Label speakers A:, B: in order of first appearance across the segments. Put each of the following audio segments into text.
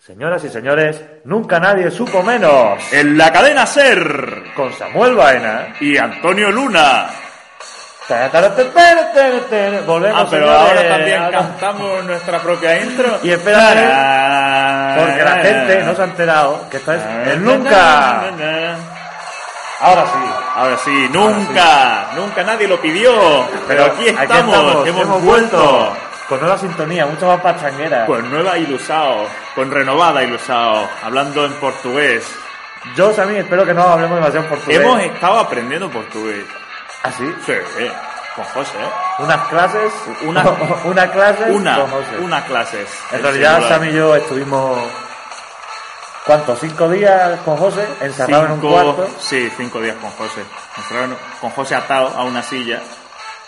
A: Señoras y señores, nunca nadie supo menos Eh,
B: En la cadena Ser
A: con Samuel Baena.
B: y Antonio Luna.
A: Volvemos
B: Ah, pero
A: señores,
B: ahora también
A: ahora-
B: cantamos nuestra propia intro. Ah,
A: Y espérate, porque la gente no se ha enterado que esta es el nunca. Ahora sí.
B: Ahora sí, nunca, nunca nadie lo pidió. Pero aquí estamos, hemos, vuelto.
A: Con nueva sintonía, mucho más pachanguera.
B: Con nueva Ilusao, con renovada Ilusao, hablando en portugués.
A: Yo también espero que no hablemos demasiado en portugués.
B: Hemos e- estado aprendiendo portugués.
A: Así,
B: Sí, con José.
A: unas clases,
B: Una-
A: una clase
B: Una,
A: con José.
B: una clases.
A: En realidad,
B: singular.
A: Sam y yo estuvimos. ¿Cuántos? ¿Cinco días con José? Encerrado en un
B: Cinco-
A: cuarto.
B: Sí, cinco días con José. Entraron con José atado a una silla,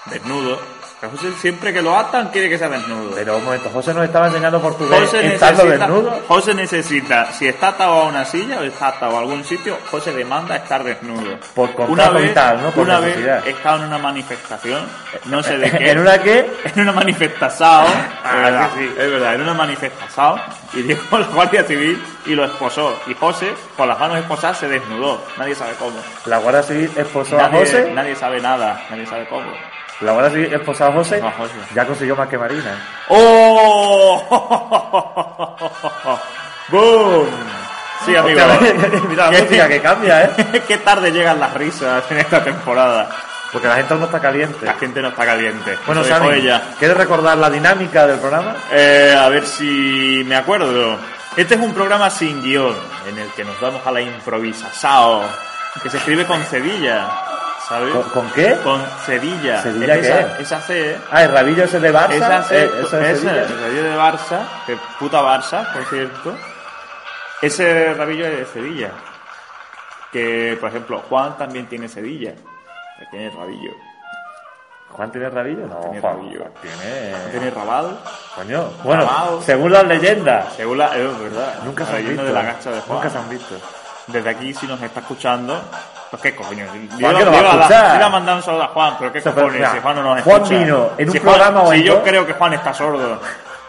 B: desnudo. Pero José siempre que lo atan quiere que sea desnudo.
A: Pero un momento, José nos estaba enseñando portugués
B: José
A: estando
B: necesita,
A: desnudo.
B: José necesita, si está atado a una silla o está atado a algún sitio, José demanda estar desnudo.
A: Por contrato
B: una vez,
A: vital, ¿no? Por
B: una
A: necesidad.
B: vez he estado en una manifestación, no sé de qué.
A: ¿En una qué?
B: en una manifestación,
A: Ah,
B: es, verdad,
A: sí, sí.
B: es verdad, en una manifestación, y llegó la Guardia Civil y lo esposó. Y José, con las manos esposadas, se desnudó. Nadie sabe cómo.
A: La Guardia Civil esposó a
B: Nadie,
A: José.
B: nadie sabe nada, nadie sabe cómo.
A: La Guardia Civil esposó a José.
B: No, José.
A: Ya consiguió más que Marina.
B: ¡Oh! ¡Boom! Sí, amigo.
A: Hostia, Mira la música que cambia, ¿eh?
B: Qué tarde llegan las risas en esta temporada.
A: Porque la gente aún no está caliente.
B: La gente no está caliente.
A: Bueno,
B: Eso dijo
A: Sammy,
B: ella.
A: ¿quieres recordar la dinámica del programa?
B: Eh, a ver si me acuerdo. Este es un programa sin guión, en el que nos damos a la improvisación, que se escribe con cedilla, ¿sabes?
A: ¿Con, con qué?
B: Con cedilla.
A: ¿Cedilla
B: Es
A: qué
B: esa,
A: es?
B: esa C, ¿eh?
A: Ah, el rabillo ese de Barça.
B: esa C,
A: eh, eso de
B: esa,
A: Sevilla.
B: el rabillo de Barça, que puta Barça, por cierto. Ese rabillo es de Cedilla. Que, por ejemplo, Juan también tiene Cedilla. que Tiene rabillo.
A: ¿Juan tiene rabillo? No,
B: Tiene
A: Juan
B: rabillo.
A: Tiene...
B: Tiene rabal.
A: Coño, bueno,
B: Wow.
A: según las leyendas,
B: Según la, es verdad.
A: nunca
B: la
A: se han visto.
B: leyenda
A: ¿eh?
B: de la gacha de Juan.
A: Nunca se han visto.
B: Desde aquí, si nos está escuchando, pues qué coño. Juan
A: que lo va a escuchar.
B: le ha mandado un saludo a Juan, pero qué
A: sea,
B: cojones,
A: pero mira,
B: si Juan no nos
A: Juan
B: escucha.
A: vino en un
B: Si
A: programa o
B: Si
A: en
B: yo
A: dos.
B: creo que Juan está sordo.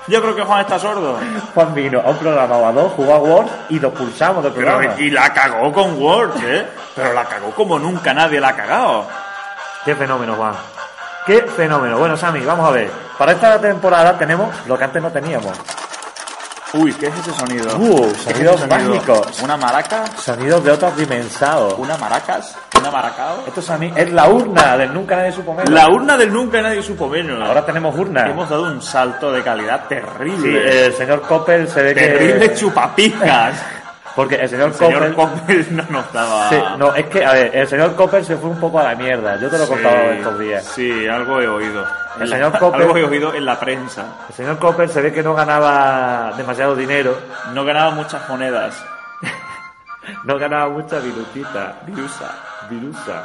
B: Yo creo que Juan está sordo.
A: Juan vino a un programa o a dos, jugó a Word y lo pulsamos del
B: Pero,
A: programa.
B: y la cagó con Word, ¿eh? Pero la cagó como nunca nadie la ha cagado.
A: Qué fenómeno, Juan. Qué fenómeno. Bueno, Sammy, vamos a ver. Para esta temporada tenemos lo que antes no teníamos.
B: Uy, ¿qué es ese sonido?
A: Uh,
B: ¿Qué es ese
A: sonidos
B: sonido?
A: mágicos.
B: ¿Una maraca?
A: Sonidos de otras dimensiones.
B: ¿Una maracas? ¿Una maracao?
A: Esto, Sammy, es la urna del Nunca Nadie Supo Menos.
B: La urna del nunca nadie supo menos.
A: Ahora tenemos urna.
B: hemos dado un salto de calidad
A: Sí,
B: terrible. Eh,
A: el señor Coppel se ve
B: terrible
A: que...
B: chupapijas.
A: Porque el señor,
B: El señor
A: Coppel...
B: Coppel no nos daba...
A: Sí, no, es que, a ver, el señor Copper se fue un poco a la mierda. Yo te lo he
B: Sí,
A: contado estos días.
B: Sí, algo he oído.
A: El
B: En la-
A: señor Coppel-
B: Algo he oído en la prensa.
A: El señor Copper se ve que no ganaba demasiado dinero,
B: No ganaba muchas monedas.
A: no ganaba mucha virutita,
B: Virusa.
A: virusa.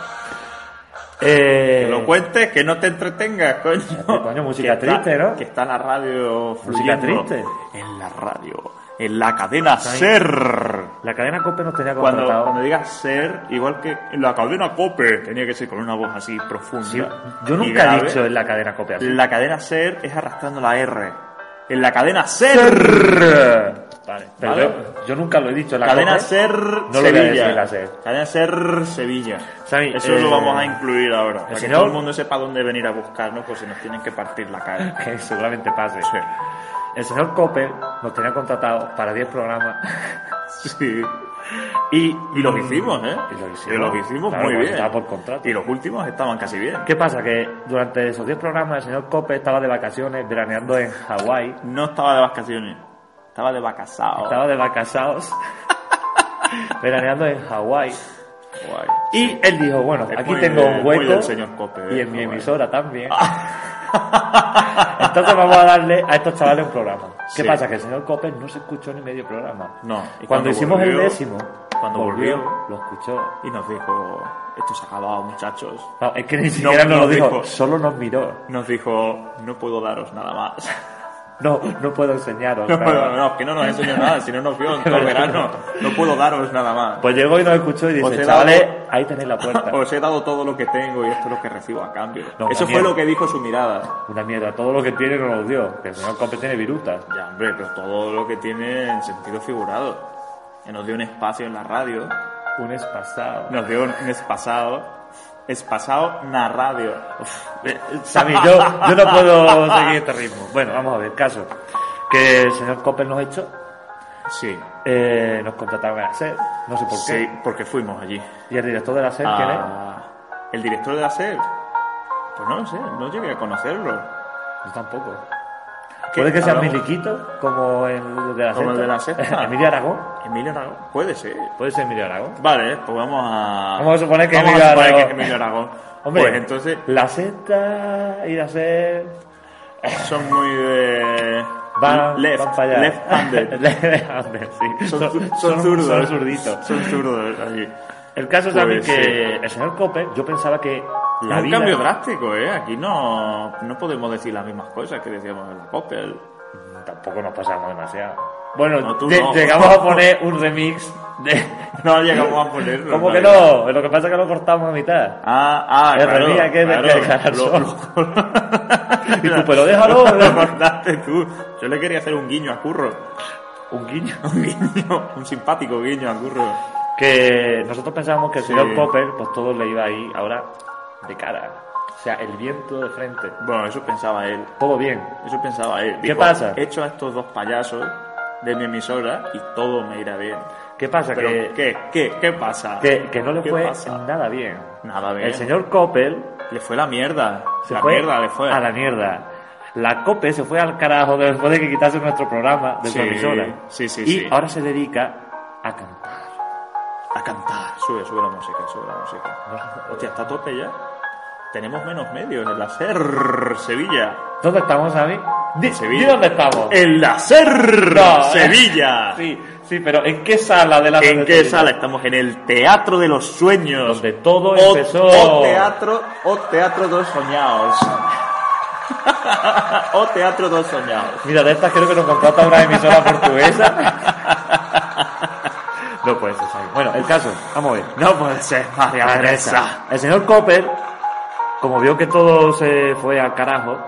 A: Eh,
B: Que lo cuentes, que no te entretengas, coño.
A: coño, música
B: Que está-
A: triste, ¿no?
B: Que está la radio
A: Música
B: fluyendo.
A: triste.
B: En la radio. En la cadena
A: Ay.
B: SER.
A: la cadena Copper nos tenía
B: Cuando,
A: contratado.
B: cuando digas ser, igual que en la cadena COPE, tenía que ser con una voz así profunda.
A: Sí, yo
B: y
A: nunca he
B: grave.
A: dicho en la cadena Copper así.
B: La cadena ser es arrastrando la R. En la cadena ser. Vale,
A: Pero
B: ¿vale?
A: yo, yo nunca lo he dicho. en La
B: cadena
A: Coppel.
B: ser
A: voy a
B: Sevilla.
A: decir la SER.
B: Cadena ser Sevilla.
A: Sammy,
B: Eso
A: eh,
B: lo vamos a incluir ahora. Para que
A: señor-
B: todo el mundo sepa dónde venir a buscarnos, pues se nos tienen que partir la cara.
A: Que seguramente pase.
B: Sí.
A: El señor Copper nos tenía contratado para 10 programas
B: Sí.
A: y,
B: Y los hicimos, ¿eh?
A: Mm, Y los hicimos.
B: los hicimos
A: Claro,
B: muy
A: porque
B: bien.
A: estaba por contrato.
B: Y los últimos estaban casi bien.
A: ¿Qué pasa? Que durante esos 10 programas el señor Cope estaba de vacaciones, veraneando en Hawái,
B: No estaba de vacaciones. Estaba de vacasado.
A: estaba de vacasaos, veraneando en Hawái.
B: Guay.
A: Y él dijo, bueno,
B: Es
A: aquí
B: muy
A: tengo
B: de-
A: un
B: muy
A: hueco
B: del señor Cope,
A: y
B: ¿eh?
A: en mi
B: Hawái.
A: emisora también. Entonces vamos a darle a estos chavales un programa. ¿Qué
B: Sí.
A: pasa? Que el señor Cope no se escuchó ni medio programa.
B: No,
A: Cuando,
B: y cuando
A: hicimos el
B: volvió-
A: décimo,
B: cuando volvió-
A: lo escuchó.
B: Y nos dijo, esto se ha acabado, muchachos.
A: No, es que ni siquiera nos
B: no
A: lo dijo,
B: dijo.
A: solo nos miró.
B: Nos dijo, no puedo daros nada más.
A: No, no puedo enseñaros.
B: No,
A: claro.
B: no, no, que no nos enseñó nada, si no nos vio en todo el verano. No puedo daros nada más.
A: Pues llegó y nos escuchó y
B: Os he
A: dice,
B: dado-
A: chavales, ahí tenéis la puerta.
B: Os he dado todo lo que tengo y esto es lo que recibo a cambio.
A: No,
B: Eso
A: también.
B: fue lo que dijo su mirada.
A: Una mierda, todo lo que tiene no lo dio. Que el señor Cope tiene virutas.
B: Ya, hombre, pero todo lo que tiene en sentido figurado. Que nos dio un espacio en la radio,
A: Un espasado.
B: nos dio un un espasado, espasado na radio. Eh,
A: Xavi, yo, yo no puedo seguir este ritmo. Bueno, vamos a ver, caso. Que el señor Cope nos echó,
B: Sí,
A: eh, nos contrataron a la SED, no sé por
B: sí,
A: qué.
B: porque fuimos allí.
A: Y el director de la SED, ¿quién es?
B: Ah, ¿El director de la SER? Pues no lo sé, no llegué a conocerlo.
A: Yo tampoco.
B: ¿Qué?
A: Puede que sea
B: Hablamos-
A: Miliquito, como el de la
B: Como el
A: secta.
B: de la secta.
A: Emilio Aragón.
B: Emilio Aragón, puede ser.
A: Puede ser Emilio Aragón.
B: Vale, pues vamos a.
A: Vamos a suponer que
B: vamos
A: Emilio
B: a suponer
A: Aragón.
B: que Emilio Aragón.
A: Hombre,
B: Pues entonces
A: La secta, ir a ser.
B: son muy de.
A: Van,
B: left,
A: van para allá.
B: left-handed.
A: Left-handed, sí.
B: Son, zu- son zurdos.
A: Son eh, zurditos.
B: Son zurdos, allí.
A: El caso es también
B: Pues
A: que el señor Copper, yo pensaba que la
B: es un
A: vida.
B: cambio drástico, ¿eh? Aquí no, no podemos decir las mismas cosas que decíamos en la Coppel.
A: Tampoco nos pasamos demasiado. Bueno,
B: No, tú
A: lle-
B: no.
A: llegamos a poner un remix de.
B: No llegamos a ponerlo.
A: ¿Cómo que
B: nadie.
A: no? Lo que pasa es que lo cortamos a mitad.
B: Ah, ah,
A: El
B: claro.
A: remix hay que
B: claro,
A: dejar
B: lo-
A: solo.
B: lo-
A: Y tú, pero déjalo,
B: Lo
A: déjalo.
B: cortaste tú. Yo le quería hacer un guiño a Curro.
A: Un guiño.
B: Un guiño, un simpático guiño a Curro.
A: Que nosotros pensábamos que el
B: Sí.
A: señor Copper, pues todo le iba ahí ahora de cara. O sea, el viento de frente.
B: Bueno, eso pensaba él.
A: Todo bien.
B: Eso pensaba él.
A: ¿Qué pasa?
B: He hecho a estos dos payasos de mi emisora y todo me irá bien.
A: ¿Qué pasa?
B: Pero,
A: Que,
B: ¿qué, qué, qué pasa?
A: que, que no le
B: ¿Qué
A: fue
B: pasa?
A: nada bien.
B: Nada bien.
A: El señor Coppel
B: Le fue la mierda.
A: se
B: la
A: fue
B: mierda le fue.
A: a la mierda. La COPE se fue al carajo después de que quitase nuestro programa de su
B: Sí,
A: emisora.
B: sí, sí,
A: Y
B: sí.
A: ahora se dedica a cantar.
B: A cantar. Sube, sube la música, sube la música. Hostia, está a tope ya. Tenemos menos medios en la SER Sevilla.
A: ¿Dónde estamos, Xavi? Di,
B: Sevilla. Eh,
A: di dónde estamos.
B: En la SER
A: No.
B: Sevilla.
A: Sí, sí, pero ¿en qué sala de la
B: eh. ¿En qué
A: Sevilla?
B: sala? Estamos en el Teatro de los Sueños.
A: Donde todo
B: o,
A: empezó.
B: O teatro, o teatro dos soñados. o teatro dos soñados.
A: Mira, de estas creo que nos contrata una emisora portuguesa. No puede ser, Xavi. Bueno, el caso, vamos a ver.
B: No puede ser, María Teresa.
A: El señor Copper, como vio que todo se fue al carajo,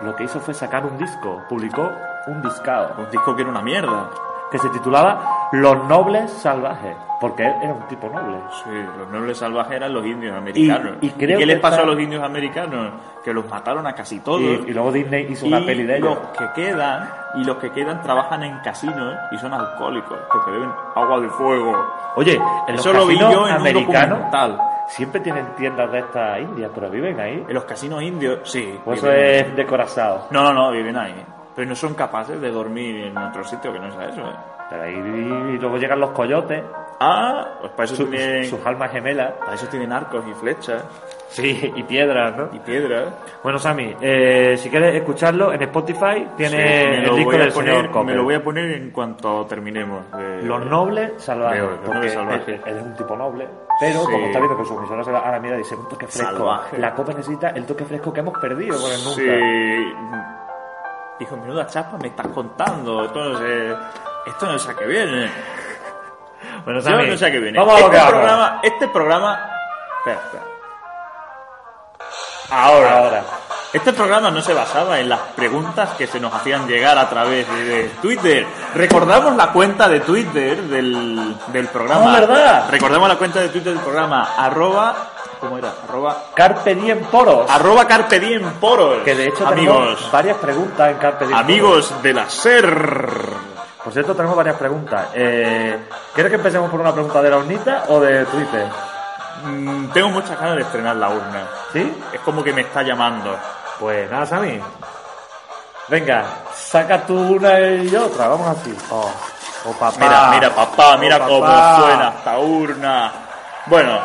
A: lo que hizo fue sacar un disco, publicó un discado
B: Un disco que era una mierda.
A: que se titulaba Los Nobles Salvajes, porque él era un tipo noble.
B: Sí, los nobles salvajes eran los indios americanos.
A: Y- y creo
B: qué
A: que
B: les pasó
A: está-
B: a los indios americanos? Que los mataron a casi todos.
A: Y, y luego Disney hizo una
B: Y
A: peli de ellos.
B: Los que quedan, y los que quedan trabajan en casinos y son alcohólicos porque beben agua de fuego.
A: Oye, en los
B: Eso lo vi
A: casinos
B: yo en un
A: americanos
B: documental.
A: siempre tienen tiendas de estas indias, pero viven ahí.
B: En los casinos indios, sí.
A: O Pues eso
B: viven ahí.
A: es de corazón.
B: No, no, no, viven ahí. Pero no son capaces de dormir en otro sitio que no sea eso, ¿eh?
A: Pero ahí y luego llegan los coyotes,
B: Ah, pues para eso,
A: su-
B: tienen,
A: sus almas gemelas.
B: para eso tienen arcos y flechas
A: Sí, y piedras, ¿no?
B: y piedras.
A: Bueno, Sammy, eh, si quieres escucharlo en Spotify,
B: Sí,
A: tiene
B: me
A: el
B: lo
A: disco
B: voy a
A: del
B: poner-
A: señor
B: Me
A: Copper.
B: lo voy a poner en cuanto terminemos. de-
A: Los nobles salvajes.
B: Veo, los
A: porque
B: nobles salvajes.
A: Él, él es un tipo noble, pero
B: Sí.
A: como está viendo que su emisora se va a la mierda, dice un toque fresco.
B: Salvaje.
A: La copa necesita el toque fresco que hemos perdido con el nunca.
B: Sí. Dijo, menuda chapa me estás contando. Esto no sé, esto no sé a qué viene.
A: Bueno,
B: Yo
A: Sammy,
B: no sé a qué viene.
A: Pues Vamos a lo
B: este
A: que vamos.
B: programa, este programa. Espera, espera.
A: Ahora, ahora.
B: Este programa no se basaba en las preguntas que se nos hacían llegar a través de Twitter. Recordamos la cuenta de Twitter del, del programa.
A: Ah, ¿verdad?
B: Recordamos la cuenta de Twitter del programa. Arroba. ¿Cómo era? Arroba.
A: Carpe Diem Poros.
B: Arroba Carpe Diem Poros.
A: que de hecho
B: amigos.
A: tenemos varias preguntas en Carpe Diem Poros.
B: Amigos de la SER.
A: Por cierto, tenemos varias preguntas. Eh, ¿Quieres que empecemos por una pregunta de la hornita o de Twitter?
B: Mm, tengo muchas ganas de estrenar la urna.
A: ¿Sí?
B: Es como que me está llamando.
A: Pues nada, Sammy. Venga, saca tú una y otra, vamos así. Oh, oh, papá.
B: Mira, mira, papá,
A: Oh,
B: mira
A: papá.
B: cómo suena esta urna. Bueno,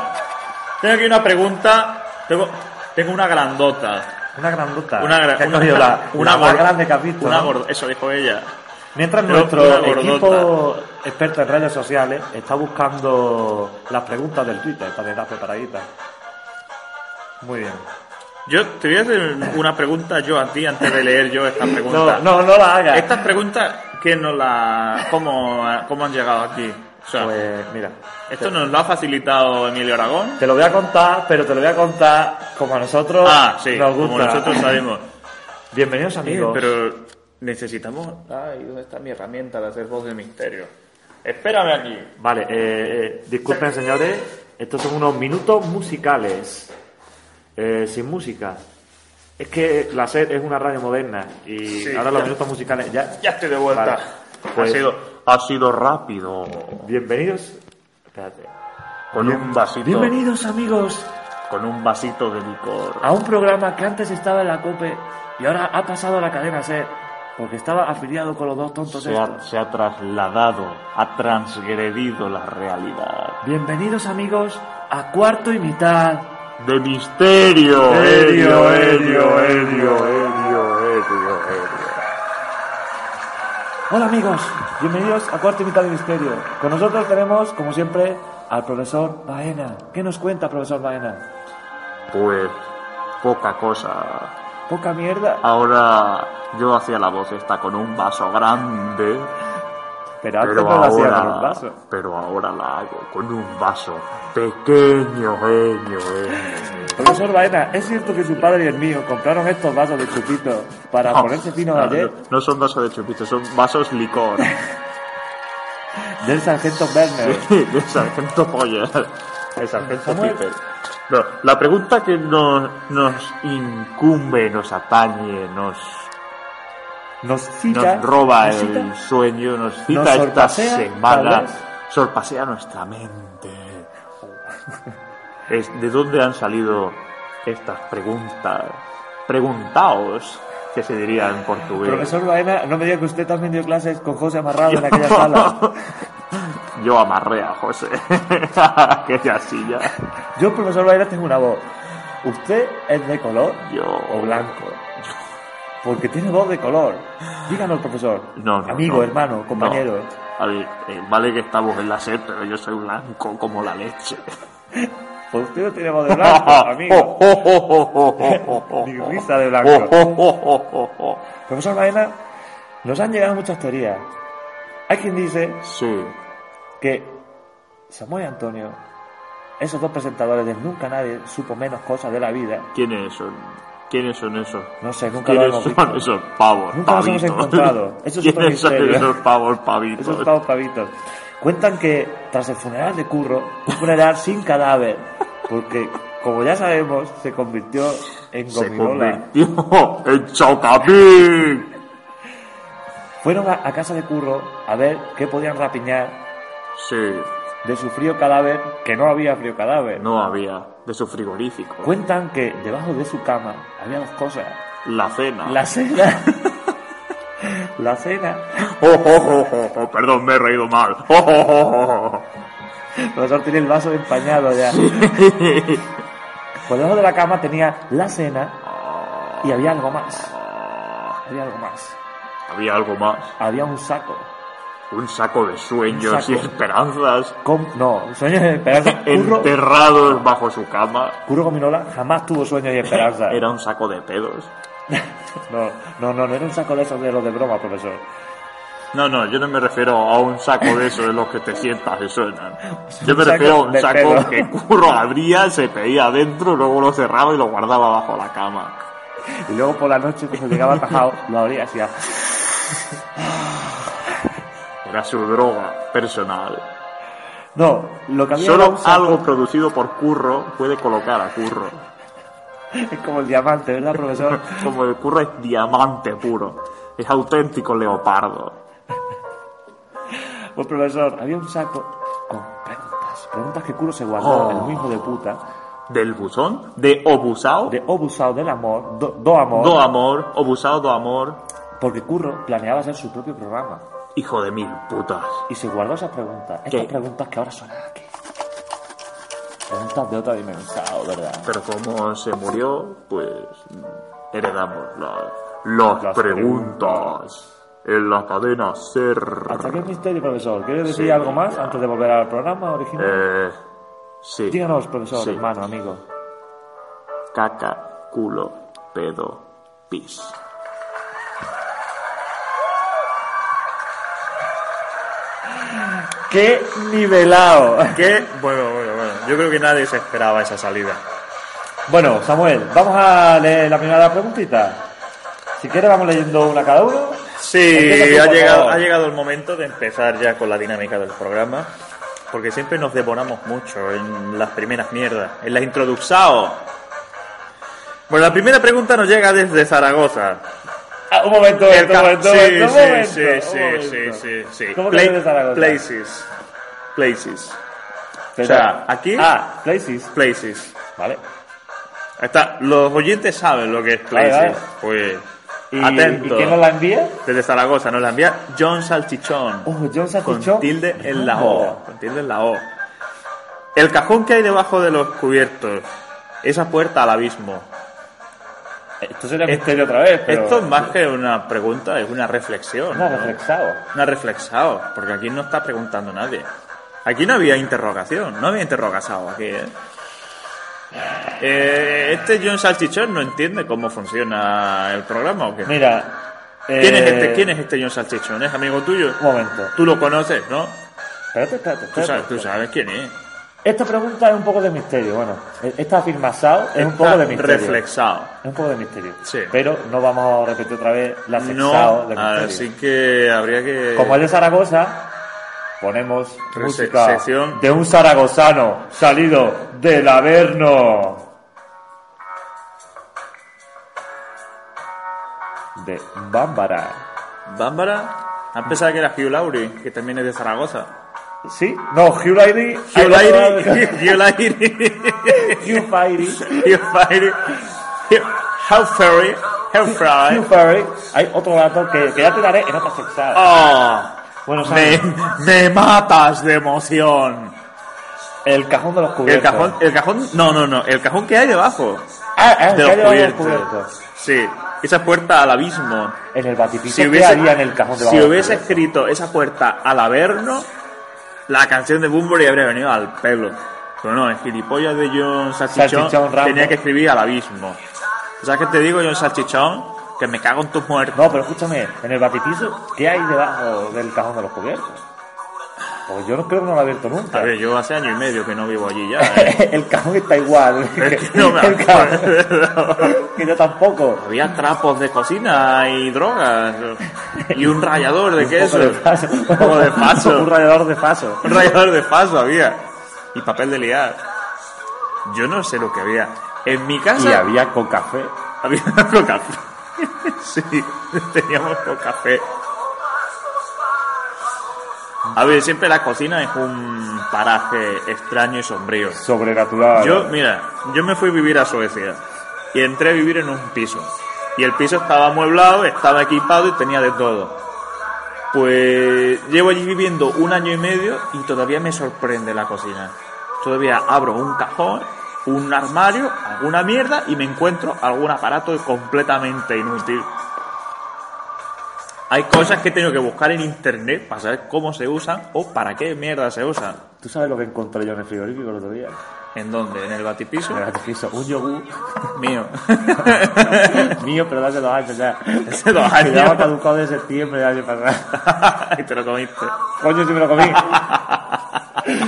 B: tengo aquí una pregunta. Tengo, tengo una grandota.
A: Una grandota.
B: Una, gra-
A: que ha
B: una,
A: cogido la,
B: una
A: la más
B: gor-
A: grande que has visto.
B: una
A: ¿no?
B: gordo- eso dijo ella.
A: Mientras
B: Pero
A: nuestro
B: una gordota.
A: equipo experto en redes sociales está buscando las preguntas del Twitter para tener preparaditas. Muy bien.
B: Yo te voy a hacer una pregunta yo a ti antes de leer yo esta pregunta.
A: No, no, no la hagas.
B: Estas preguntas, ¿quién nos la, cómo, cómo han llegado aquí? O sea,
A: Pues mira,
B: esto nos lo ha facilitado Emilio Aragón.
A: te lo voy a contar, pero te lo voy a contar como a nosotros
B: Ah, sí,
A: nos
B: como
A: gusta.
B: nosotros sabemos.
A: Bienvenidos
B: Eh,
A: amigos.
B: pero necesitamos... Ay, ¿dónde está mi herramienta de hacer voz de misterio? Espérame aquí.
A: Vale, eh, eh, disculpen señores, estos son unos minutos musicales, eh, sin música. Es que la SED es una radio moderna y
B: Sí,
A: ahora los
B: ya.
A: minutos musicales ya...
B: Ya estoy de vuelta.
A: Vale, pues-
B: ha, sido, ha sido rápido.
A: Bienvenidos... Espérate.
B: Con un vasito.
A: Bienvenidos amigos
B: Con un vasito de licor.
A: a un programa que antes estaba en la COPE y ahora ha pasado a la cadena SED porque estaba afiliado con los dos tontos
B: se, ha,
A: estos.
B: se ha trasladado, ha transgredido la realidad.
A: Bienvenidos amigos a Cuarto y Mitad.
B: De misterio.
A: Helio, helio, helio, Hola amigos, bienvenidos a Cuarto y Mitad de Misterio. Con nosotros tenemos, como siempre, al profesor Baena. ¿Qué nos cuenta, profesor Baena?
B: Pues poca cosa.
A: Poca mierda.
B: Ahora yo hacía la voz esta con un vaso grande.
A: Pero antes
B: Pero
A: Ah, no lo hacía
B: ahora,
A: con un vaso.
B: pero ahora la hago con un vaso pequeño, genio,
A: Profesor Baena, ¿es cierto que su padre y el mío compraron estos vasos de chupito para ponerse fino de ayer
B: Oh, no son vasos de chupito, son vasos licor.
A: del sargento Werner?
B: del sargento Poller. El sargento
A: Samuel.
B: Piper. No, la pregunta que nos, nos incumbe, nos atañe, nos,
A: Nos cita...
B: nos roba
A: nos
B: el
A: cita-
B: sueño, nos cita
A: Nos
B: esta
A: sorpasea,
B: semana,
A: tal vez.
B: sorpasea nuestra mente. Es- ¿De dónde han salido estas preguntas? Preguntaos, que se diría en portugués.
A: Profesor Baena, no me diga que usted también dio clases con José Amarrado en aquella sala.
B: Yo amarré a José a aquella silla.
A: Yo, profesor Baena, tengo una voz. ¿Usted es de color
B: Yo
A: o blanco? Porque tiene voz de color. Díganos, profesor.
B: No, no,
A: Amigo,
B: no.
A: hermano, compañero.
B: No. A ver, eh, vale que estamos en la sed, pero yo soy blanco como la leche.
A: Pues usted no tiene voz de blanco, amigo. Ni risa de blanco. Profesor Baena, nos han llegado muchas teorías. Hay quien dice
B: sí,
A: que Samuel y Antonio, esos dos presentadores de Nunca Nadie supo menos cosas de la vida.
B: ¿quiénes son? ¿Quiénes son esos?
A: No sé, nunca lo
B: ¿Quiénes
A: hemos
B: son
A: visto.
B: esos pavos
A: Nunca los hemos
B: pavitos?
A: encontrado. Eso es otro
B: ¿Quiénes son
A: misterio.
B: esos pavos pavitos?
A: Esos pavos pavitos. Cuentan que tras el funeral de Curro, un funeral sin cadáver, porque como ya sabemos, se convirtió en
B: Se
A: gominola.
B: convirtió en Chocapic.
A: Fueron a, a casa de Curro a ver qué podían rapiñar
B: Sí,
A: de su frío cadáver, que no había frío cadáver.
B: no había. De su frigorífico.
A: Cuentan que debajo de su cama había dos cosas.
B: La cena.
A: La cena. la cena.
B: Oh, oh, oh, oh, oh, perdón, me he reído mal. Oh, oh, oh, oh,
A: El profesor tiene el vaso empañado ya. Por debajo de la cama tenía la cena y había algo más.
B: oh.
A: Había algo más.
B: Había algo más.
A: Había un saco.
B: Un saco de
A: Un
B: sueños
A: saco.
B: y esperanzas
A: Con, no, sueños de esperanza. Curro,
B: enterrados bajo su cama.
A: Curro Gominola jamás tuvo sueños y esperanza.
B: Era un saco de pedos.
A: No, no, no, no era un saco de esos de los de broma, profesor.
B: No, no, yo no me refiero a un saco de esos de los que te sientas y suenan. Yo
A: Un
B: me
A: saco
B: refiero a un
A: de
B: saco
A: pedo.
B: que curro abría, se pedía adentro, luego lo cerraba y lo guardaba bajo la cama.
A: Y luego por la noche, cuando llegaba atajado, lo abría y hacía.
B: Era su droga personal.
A: No, lo que había era
B: Solo
A: un saco.
B: algo producido por Curro puede colocar a Curro.
A: Es como el diamante, ¿verdad, profesor?
B: Como el Curro es diamante puro. Es auténtico leopardo.
A: Pues, profesor, había un saco con preguntas. Preguntas que Curro se guardó,
B: Oh.
A: el mismo de puta.
B: Del buzón, de obusao,
A: De obusado del amor, do, do amor.
B: do amor, obusao do amor,
A: Porque Curro planeaba hacer su propio programa.
B: hijo de mil putas.
A: Y se guardó esas preguntas. Estas
B: ¿Qué?
A: preguntas que ahora son aquí. Preguntas de otra dimensión, ¿verdad?
B: Pero como se murió, pues mm, heredamos la- las,
A: Las
B: preguntas en la cadena ser.
A: Hasta aquí el misterio, profesor. ¿Quiere decir
B: Sí.
A: algo más antes de volver al programa original?
B: Eh, sí.
A: Díganos, profesor,
B: Sí.
A: hermano, amigo.
B: Caca, culo, pedo, pis.
A: ¡Qué nivelado!
B: ¿Qué? Bueno, bueno, bueno. Yo creo que nadie se esperaba esa salida.
A: Bueno, Samuel, vamos a leer la primera preguntita. Si quieres, vamos leyendo una cada uno.
B: Sí,
A: Empieza
B: ha
A: tú, por
B: llegado,
A: favor.
B: ha llegado el momento de empezar ya con la dinámica del programa, porque siempre nos devoramos mucho en las primeras mierdas, en las introduxao. Bueno, la primera pregunta nos llega desde Zaragoza.
A: Ah, un momento, un
B: El
A: momento,
B: ca-
A: un momento,
B: sí,
A: un
B: sí,
A: momento,
B: sí,
A: un
B: sí,
A: momento.
B: sí, sí, sí.
A: ¿Cómo
B: Pla-
A: que eres de Zaragoza?
B: Places. Places.
A: Te
B: O sea,
A: da-
B: aquí-
A: Ah, places.
B: Places.
A: Vale.
B: Ahí está. Los oyentes saben lo que es
A: Vale,
B: Places. Pues,
A: ¿Y,
B: atento.
A: ¿Y quién nos la envía?
B: Desde Zaragoza nos la envía John Salchichón.
A: Oh, John
B: Con
A: Salchichón.
B: tilde en la
A: Oh.
B: O. Con tilde en la O. El cajón que hay debajo de los cubiertos. Esa puerta al abismo.
A: Esto sería misterio otra vez, pero...
B: Esto es más que una pregunta, es una reflexión.
A: No,
B: ¿no?
A: reflexado.
B: Una reflexao, porque aquí no está preguntando nadie. Aquí no había interrogación, no había interrogasao aquí, ¿eh? Eh, Este John Salchichón no entiende cómo funciona el programa o qué.
A: Mira... eh,
B: ¿Quién, es este, ¿Quién es este John Salchichón? ¿Es amigo tuyo?
A: Un momento.
B: Tú lo conoces, ¿no?
A: Espérate, espérate, espérate.
B: Tú sabes, tú sabes quién es.
A: Esta pregunta es un poco de misterio, bueno. e- Esta afirmación es un poco de misterio.
B: Reflexado.
A: Es un poco de misterio.
B: Sí.
A: Pero no vamos a repetir otra vez la sexao
B: No,
A: de misterio.
B: así que habría que.
A: Como es de Zaragoza, ponemos
B: Rese-
A: música
B: sección.
A: de un zaragozano salido del Averno. De Bámbara.
B: Bámbara, a pesar que era Hugh Laurie, que también es de Zaragoza.
A: ¿Sí? No, Hugh Lairi.
B: Hugh Laurie, Hugh Laurie.
A: Hugh Lairi.
B: You find it. You- How furry, how fry.
A: Hugh Lairi. Hay otro dato que, que ya te daré en otra sección.
B: Oh,
A: Bueno,
B: me,
A: Samuel,
B: me matas de emoción.
A: el cajón de los
B: El
A: cubiertos.
B: cajón, el cajón, no, no, no, el cajón que hay debajo
A: Ah, ah,
B: de
A: el cajón
B: los
A: de los
B: cubiertos.
A: cubiertos.
B: Sí, esa puerta al abismo.
A: En el batipiso,
B: Si
A: ¿qué
B: hubiese,
A: haría en el cajón de los
B: si hubiese
A: cubiertos?
B: escrito esa puerta al averno, la canción de Boombury habría venido al pelo. Pero no, el gilipollas de John Salchichón,
A: Salchichón Rambo.
B: tenía que escribir al abismo. ¿Sabes qué te digo, John Salchichón? Que me cago en tus muertos.
A: No, pero escúchame, en el batipiso, ¿qué hay debajo del cajón de los cubiertos? Pues yo no creo que no lo he abierto nunca.
B: A ver, yo hace año y medio que no vivo allí ya. ¿eh?
A: el cajón está igual.
B: Es que no me
A: el cajón.
B: acuerdo.
A: que yo tampoco.
B: Había trapos de cocina y drogas. Y un rallador de queso.
A: Un poco de paso.
B: Un poco de paso.
A: Un radiador de paso.
B: Un rallador de paso había. Y papel de liar. Yo no sé lo que había. En mi casa
A: Y había con café.
B: había coca. Sí, teníamos coca café. A ver, siempre la cocina es un paraje extraño y sombrío.
A: Sobrenatural.
B: Yo, mira, yo me fui a vivir a Suecia y entré a vivir en un piso. Y el piso estaba amueblado, estaba equipado y tenía de todo. Pues llevo allí viviendo un año y medio y todavía me sorprende la cocina. Todavía abro un cajón, un armario, alguna mierda y me encuentro algún aparato completamente inútil. Hay cosas que he tenido que buscar en internet para saber cómo se usan o para qué mierda se usan.
A: ¿Tú sabes lo que encontré yo en el frigorífico el otro día?
B: ¿En dónde? ¿En el batipiso?
A: En el batipiso, un yogur
B: Mío.
A: mío, pero de hace dos años ya.
B: Hace dos
A: Que ya me ha
B: años.
A: caducado de septiembre del año pasado.
B: y te lo comiste.
A: Coño, si me lo comí.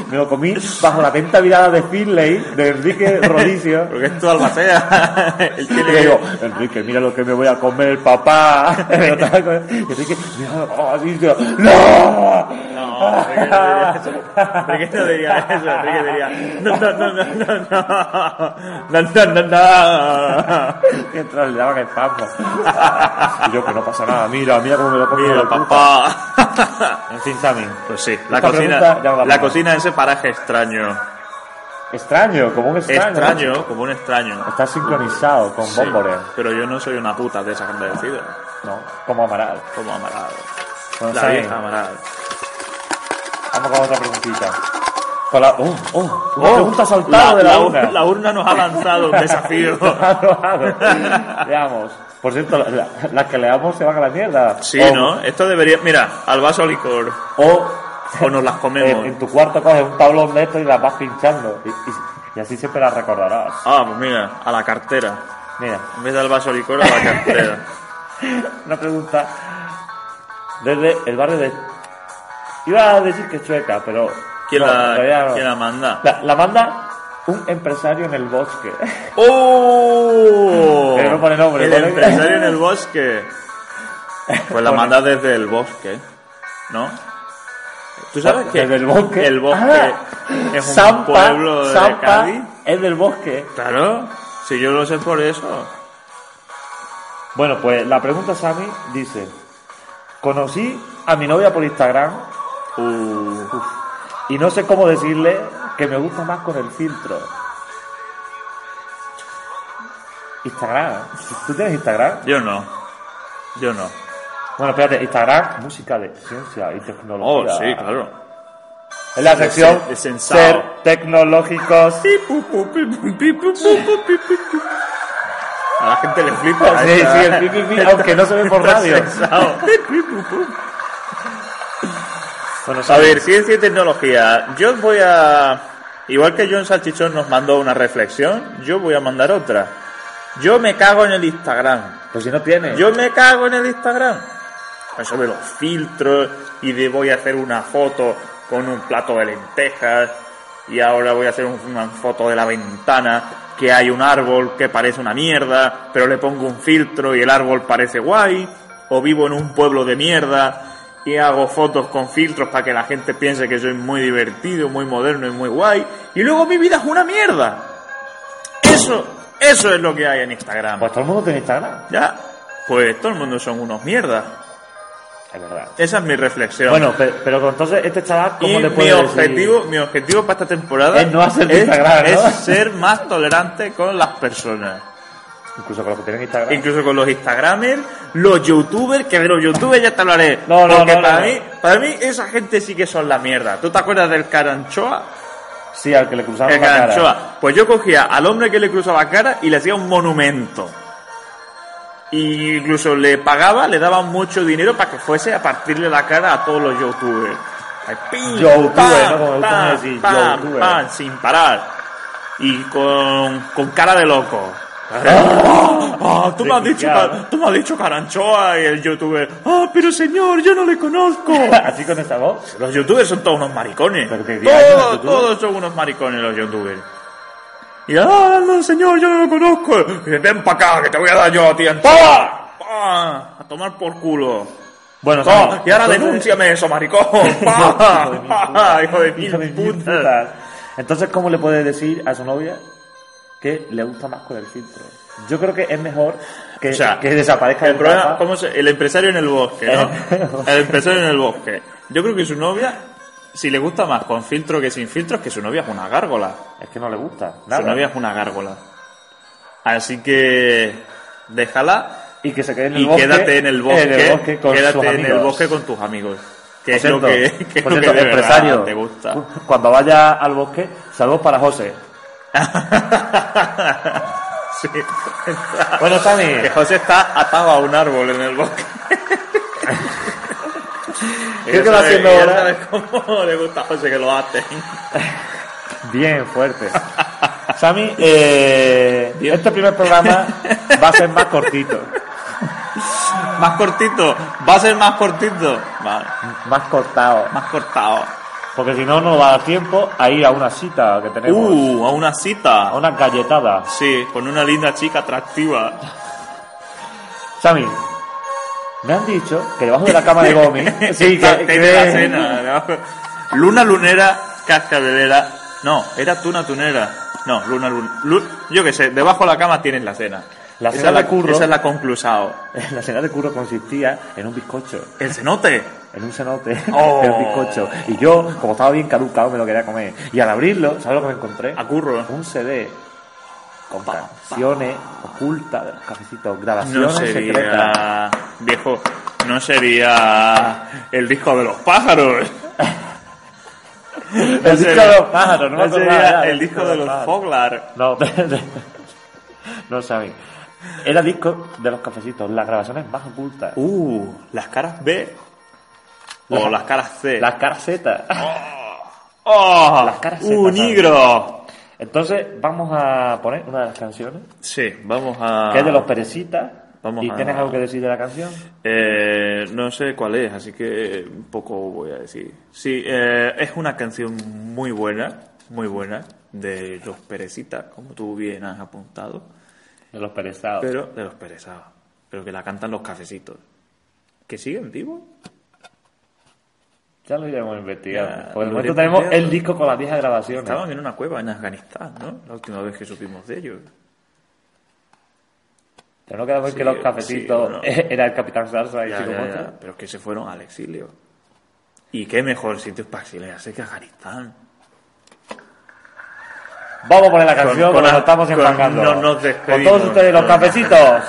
A: Me lo comí bajo la atenta mirada de Finlay, de Enrique Rodicio.
B: Porque es tu albacea. El
A: Y
B: chile
A: le digo, Enrique, mira lo que me voy a comer, papá. Y Enrique, mira, oh, Dios, ¡no!
B: No, Enrique no diría eso. Enrique diría no, no, no, no, no, no. No, no, no, no.
A: Mientras le daban el pampo. Y yo, que no pasa nada, mira, mira cómo me lo comí.
B: Mira, papá.
A: En fin, Sammy.
B: Pues sí, la
A: Esta pregunta
B: cocina,
A: ya la
B: la
A: vamos.
B: cocina ese paraje extraño.
A: Extraño, como un extraño.
B: Extraño, como un extraño.
A: Está sincronizado con
B: Sí,
A: Bombore,
B: pero yo no soy una puta de esa agradecida.
A: ¿no? Como Amaral.
B: Como amarado.
A: Bueno,
B: La
A: Sammy,
B: vieja amarado.
A: Vamos con otra preguntita. Con la, oh, oh, una
B: Oh,
A: pregunta saltada
B: la,
A: de la,
B: la
A: urna.
B: urna. la urna nos ha lanzado un desafío.
A: Claro, claro. Veamos. Por cierto, la- la- las que leamos se van a la mierda.
B: Sí,
A: o,
B: ¿no? Esto debería... Mira, al vaso licor.
A: O
B: O nos las
A: eh,
B: comemos.
A: en tu cuarto coges un tablón de esto y las vas pinchando. Y, y- y así siempre las recordarás.
B: Ah, pues mira, a la cartera.
A: Mira,
B: En vez del vaso de licor, la cartera.
A: una pregunta desde el barrio de... Iba a decir que chueca, pero...
B: ¿Quién,
A: no, en realidad
B: la,
A: no.
B: ¿Quién la manda?
A: La- la manda un empresario en el bosque.
B: ¡Oh!
A: Pero no pone nombre,
B: El
A: pone-
B: empresario en el bosque. Pues la
A: Pone-
B: manda desde el bosque, ¿no? ¿Tú sabes que
A: Desde el bosque.
B: El bosque
A: Ah,
B: es un
A: Sampa,
B: pueblo de
A: Sampa
B: Cádiz.
A: es del bosque.
B: Claro, si yo lo sé por eso.
A: Bueno, pues la pregunta Sammy dice, conocí a mi novia por Instagram
B: Uh,
A: y no sé cómo decirle que me gusta más con el filtro. Instagram, ¿tú tienes Instagram?
B: yo no. Yo no.
A: Bueno, espérate, Instagram, música de ciencia y
B: Oh,
A: tecnología.
B: sí, claro.
A: En la sección
B: de sensado.
A: ser tecnológicos.
B: A la gente le
A: Sí,
B: flipa. ¿eh?
A: sí,
B: esta-
A: el pi, pi, pi, aunque no se ve por
B: esta
A: radio.
B: sensao.
A: Bueno,
B: A
A: Sammy,
B: ver, ciencia y tecnología. Yo voy a. Igual que John Salchichón nos mandó una reflexión, yo voy a mandar otra. Yo me cago en el Instagram.
A: pues si no tiene.
B: Yo me cago en el Instagram. Eso de los filtros y de voy a hacer una foto con un plato de lentejas y ahora voy a hacer un- una foto de la ventana que hay un árbol que parece una mierda, pero le pongo un filtro y el árbol parece guay. O vivo en un pueblo de mierda y hago fotos con filtros para que la gente piense que soy muy divertido, muy moderno y muy guay. Y luego mi vida es una mierda. Eso, eso es lo que hay en Instagram.
A: Pues todo el mundo tiene Instagram,
B: Ya, pues todo el mundo son unos mierdas.
A: es verdad.
B: Esa es mi reflexión.
A: Bueno, pe- pero, entonces este chaval,
B: y
A: ¿cómo le
B: mi
A: puede decir?
B: objetivo, mi objetivo para esta temporada
A: Es no hacer Instagram, ¿no?
B: es ser más tolerante con las personas.
A: Incluso con los que tienen Instagram.
B: Incluso con los Instagramers, los YouTubers, que de los YouTubers ya te hablaré.
A: No, no,
B: Porque
A: no, no,
B: para,
A: no.
B: Mí, para mí esa gente sí que son la mierda. ¿Tú te acuerdas del Caranchoa?
A: sí, al que le cruzaron
B: El
A: la cara.
B: Caranchoa. Pues yo cogía al hombre que le cruzaba la cara y le hacía un monumento. Y incluso le pagaba, le daban mucho dinero para que fuese a partirle la cara a todos los youtubers. Ay, pim,
A: Youtuber,
B: pam,
A: ¿no? Como le
B: pam,
A: gusta decir,
B: pam,
A: youtuber.
B: pam, sin parar. Y con, con cara de loco. Ah, tú, me has dicho,
A: Desquiciado,
B: ca- tú me has dicho caranchoa y el youtuber. Ah, pero señor, yo no le conozco.
A: Así con esa voz.
B: Los youtubers son todos unos maricones.
A: Pero que digan, ¿no,
B: Todos,
A: youtubers?
B: todos son unos maricones los youtubers. Y ah, no, señor, yo no lo conozco. Que Ven para acá, que te voy a dar yo, tío. ¡Pah! ¡Pah! A tomar por culo.
A: Bueno,
B: ¡Pah!
A: Sammy,
B: Oh, Y ahora
A: entonces-
B: denúnciame eso, maricón.
A: Hijo de mil
B: ¡Pah! ¡Pah!
A: putas.
B: Hijo de mil
A: Hijo de mil
B: putas.
A: putas. Entonces, ¿cómo le puede decir a su novia que le gusta más con el filtro? Yo creo que es mejor que,
B: O sea,
A: que desaparezca
B: El,
A: el
B: problema-
A: programa.
B: ¿cómo se- el empresario en el bosque, ¿no? el empresario en el bosque. Yo creo que su novia, si le gusta más con filtro que sin filtro, es que su novia es una gárgola.
A: Es que no le gusta.
B: Su
A: Nada.
B: novia es una gárgola. Así que déjala
A: Y que se quede en el
B: y
A: bosque. eh,
B: quédate en el bosque.
A: en el bosque con
B: quédate
A: sus
B: en el
A: amigos.
B: bosque con tus amigos. Que
A: Por
B: es lo
A: cierto,
B: que, que es
A: por
B: lo que
A: cierto,
B: de verdad
A: empresario,
B: te gusta.
A: cu- Cuando vaya al bosque, saludos para José.
B: Sí.
A: Bueno, Sammy,
B: Que José está atado a un árbol en el bosque.
A: Creo
B: Ya
A: que va
B: sabes-
A: siendo
B: ya
A: hora.
B: sabes cómo le gusta a José que lo aten.
A: bien fuerte. Sammy, eh,
B: Bien.
A: este primer programa va a ser más cortito.
B: Más cortito, va a ser más cortito. Vale,
A: Más cortado.
B: más cortado.
A: Porque si no, no va a dar tiempo a ir a una cita que tenemos.
B: Uh, a una cita.
A: A unas galletadas.
B: Sí, con una linda chica atractiva.
A: Sammy, me han dicho que debajo de la cama de Gomi. sí,
B: Está-
A: que,
B: tiene
A: que-
B: la cena, ¿no? Luna lunera, cascabelera. No, era tuna tunera. No, luna luna. yo qué sé, debajo de la cama tienes la cena.
A: La
B: esa
A: cena
B: es la
A: de curro.
B: Esa es la conclusao.
A: La cena de curro consistía en un bizcocho,
B: El cenote.
A: en un cenote,
B: Oh.
A: en un bizcocho. Y yo, como estaba bien caducado, me lo quería comer. Y al abrirlo, ¿sabes lo que me encontré?
B: A curro.
A: Un CD con
B: Pa, pa.
A: canciones ocultas de los cafecitos,
B: No
A: grabaciones secretas.
B: sería. Viejo, no sería. El disco de los pájaros.
A: El
B: No
A: disco
B: sería-
A: de los pájaros, no, me
B: no
A: acordaba ya
B: sería
A: del
B: el disco de los
A: pájaros.
B: foglar.
A: No, no sabéis. Era disco de los cafecitos, las grabaciones más ocultas.
B: Uh, las caras B. O
A: Las-
B: las caras C.
A: Las carcetas.
B: ¡Oh!
A: Las caras
B: ¡Un
A: Z,
B: negro!
A: Entonces, vamos a poner una de las canciones,
B: Sí, vamos a.
A: que es de los Perecitas.
B: Ah. Vamos
A: ¿Y
B: a-
A: tienes algo que decir de la canción?
B: Eh, no sé cuál es, así que poco voy a decir. Sí, eh, es una canción muy buena, muy buena, de los Perecitas, como tú bien has apuntado,
A: De los Perezados.
B: pero de los Perezados, pero que la cantan los cafecitos. ¿Que siguen vivos?
A: Ya lo iremos investigando.
B: Ya,
A: Por el
B: lo
A: momento
B: iremos
A: tenemos
B: investigando.
A: el disco con las viejas grabaciones.
B: Estaban en una cueva en Afganistán, ¿no? La última vez que supimos de ellos.
A: Pero no queda ver
B: Sí,
A: que los
B: sí,
A: cafecitos
B: bueno.
A: era el Capitán Salsa y
B: Ya,
A: Chico
B: ya, ya,
A: Monster.
B: Pero es que se fueron al exilio. ¿Y qué mejor sitio para exiliarse que Afganistán?
A: Vamos a poner la
B: Con-
A: canción
B: con
A: porque
B: la-
A: nos estamos
B: con-
A: empacando.
B: no nos
A: con
B: despedimos.
A: todos ustedes, los cafecitos.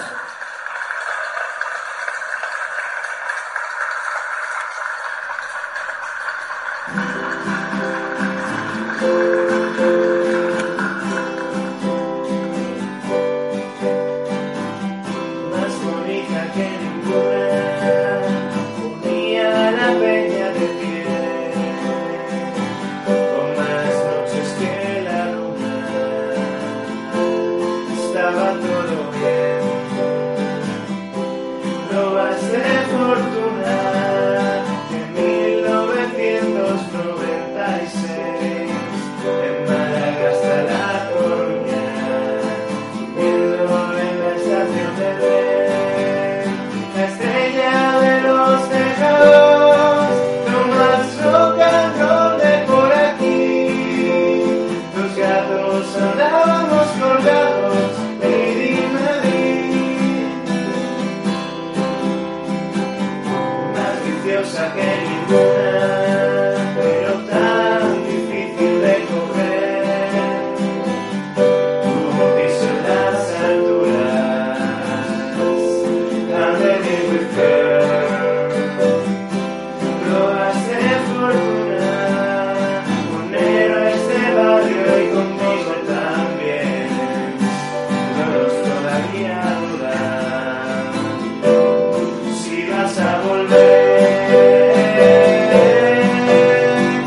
C: más bonita que ninguna, unía la peña de pie, con más noches que la luna, estaba todo bien, robas de fortuna de 1996, en Málaga hasta la Coruña. Subiendo en la estación de tren, la estrella de los tejados, nomás rock and roll de por aquí. Los gatos andábamos colgados, Lady Madrid. Más viciosa que ninguna, pero tan difícil de correr. Tuvo piso en las alturas, underneath with her. Drogas de fortuna, un héroe este barrio y conmigo también. Duros todavía dudar si vas a volver.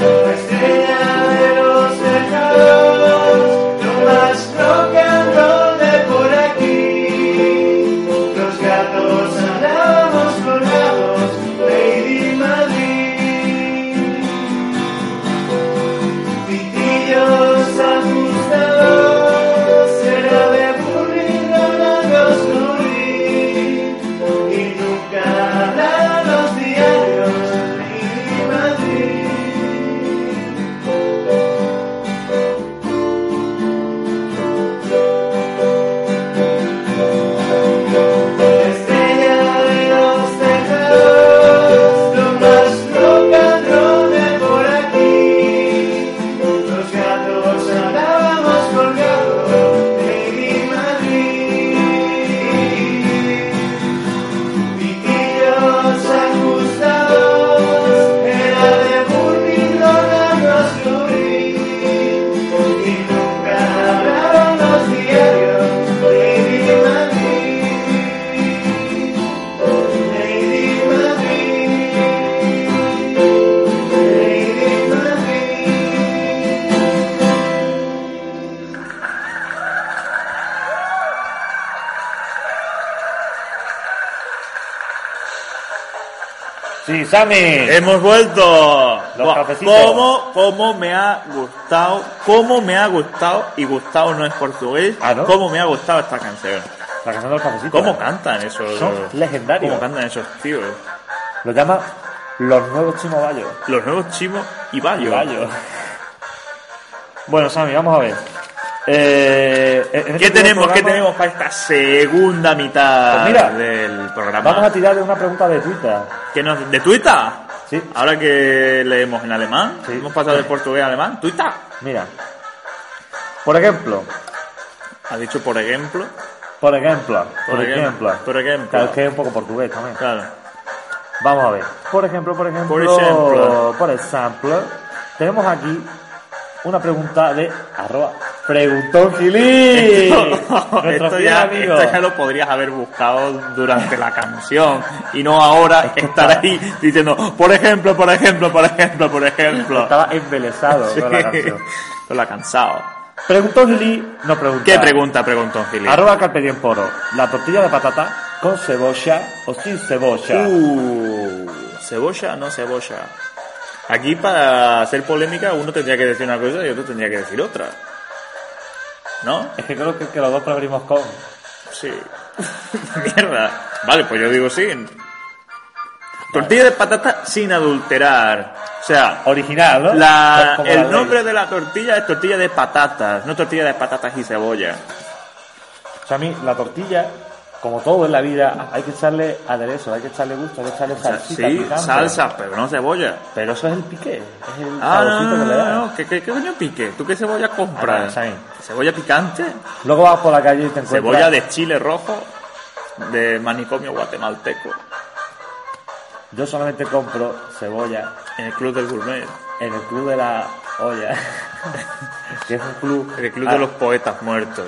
C: La estrella de los tejados, lo más rock and roll de por aquí. Los gatos andamos colgados, Lady Madrid. Pitillos ajustados, será de aburrido labios cubrir y nunca hablan los diarios ni Madrid. Estrella de los tejados, lo más rock and roll de por aquí. Los gatos andábamos colgados, Lady Madrid. Pitillos ajustados, era de Burning Rock los descubrí. Y nunca hablaron los diarios, Lady Madrid. Lady Madrid. Lady Madrid.
A: Sí, Sammy.
B: ¡Hemos vuelto!
A: Los
B: Buah,
A: cafecitos.
B: ¿Cómo, ¿Cómo me ha gustado? ¿Cómo me ha gustado? Y gustado no es portugués.
A: Ah, ¿no?
B: ¿Cómo me ha gustado esta canción?
A: La canción de los cafecitos.
B: ¿Cómo cantan esos?
A: Son legendarios.
B: ¿Cómo cantan esos tíos?
A: Lo llama Los Nuevos Chimovallos.
B: Los nuevos chimos y Bayo.
A: Chimovallos. bueno, Sammy, vamos a ver. Eh, en este
B: ¿Qué
A: primer
B: tenemos? ¿Qué
A: programa
B: tenemos para esta segunda mitad
A: Pues mira,
B: del programa?
A: Vamos a tirar de una pregunta de Twitter.
B: ¿Qué nos- ¿De Twitter?
A: Sí.
B: Ahora que leemos en alemán,
A: Sí.
B: hemos pasado del portugués a alemán. ¿Twitter?
A: Mira. Por ejemplo,
B: Ha dicho, por ejemplo.
A: por ejemplo, por,
B: Por ejem-
A: ejemplo.
B: por ejemplo.
A: Claro, es que es un poco portugués también.
B: Claro.
A: Vamos a ver. Por ejemplo, por ejemplo.
B: Por ejemplo.
A: por ejemplo, tenemos aquí una pregunta de arroba preguntón Gilí. Nuestro
B: esto,
A: fiel
B: ya,
A: amigo.
B: esto ya lo podrías haber buscado durante la canción y no ahora estar ahí diciendo, por ejemplo, por ejemplo, por ejemplo, por ejemplo.
A: Estaba embelesado
B: Sí.
A: con la canción.
B: Con la cansado.
A: Preguntón Lee nos pregunta.
B: ¿Qué pregunta preguntó Gili?
A: Arroba Carpe Diem Poro. La tortilla de patata con cebolla o sin cebolla.
B: Uh, cebolla, no cebolla. Aquí para hacer polémica uno tendría que decir una cosa y otro tendría que decir otra. ¿No?
A: Es que creo que, que los dos preferimos con.
B: Sí. Mierda. Vale, pues yo digo sin. Tortilla de patata sin adulterar. O sea,
A: Original, ¿no?
B: la-
A: Como
B: el
A: ley.
B: nombre de la tortilla es tortilla de patatas, no tortilla de patatas y cebolla.
A: O sea, a mí la tortilla, como todo en la vida, hay que echarle aderezo, hay que echarle gusto, hay que echarle
B: O sea,
A: salsita.
B: sí,
A: picante.
B: salsa, pero no cebolla.
A: Pero eso es el piqué, es el
B: Ah, no,
A: saborcito
B: no,
A: que le da.
B: no, no, ¿Qué, qué, qué coño pique? ¿Tú qué cebolla
A: Ah, no,
B: compras?
A: sabe.
B: ¿Cebolla picante?
A: Luego vas por la calle y te encuentras.
B: ¿Cebolla de chile rojo? ¿De manicomio guatemalteco?
A: Yo solamente compro cebolla
B: ¿En el club del gourmet?
A: en el club de la olla. que es un club.
B: En el club
A: Ah,
B: de los poetas muertos.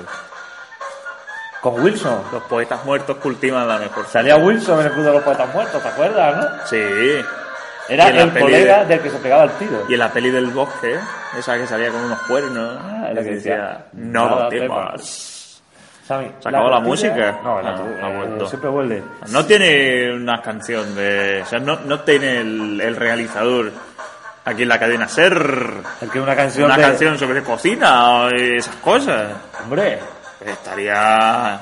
A: Con Wilson.
B: Los poetas muertos cultivan la mejor sal.
A: Salía Wilson en el club de los poetas muertos, ¿te acuerdas, no?
B: Sí.
A: Era
B: Y en la
A: el
B: peli
A: colega
B: de-
A: del que se pegaba el tiro.
B: Y en la peli del bosque, esa que salía con unos cuernos,
A: Ah,
B: la que decía, no lo
A: nada
B: temas.
A: Sammy,
B: ¿Se acabó la
A: tortilla-
B: música?
A: No, la
B: Ah,
A: tu-
B: ha
A: eh,
B: vuelto.
A: siempre vuelve.
B: No tiene una canción de... O sea, no, no tiene el, el realizador aquí en la cadena SER.
A: El que una canción
B: Una
A: de-
B: canción sobre cocina y esas cosas.
A: Hombre,
B: Estaría...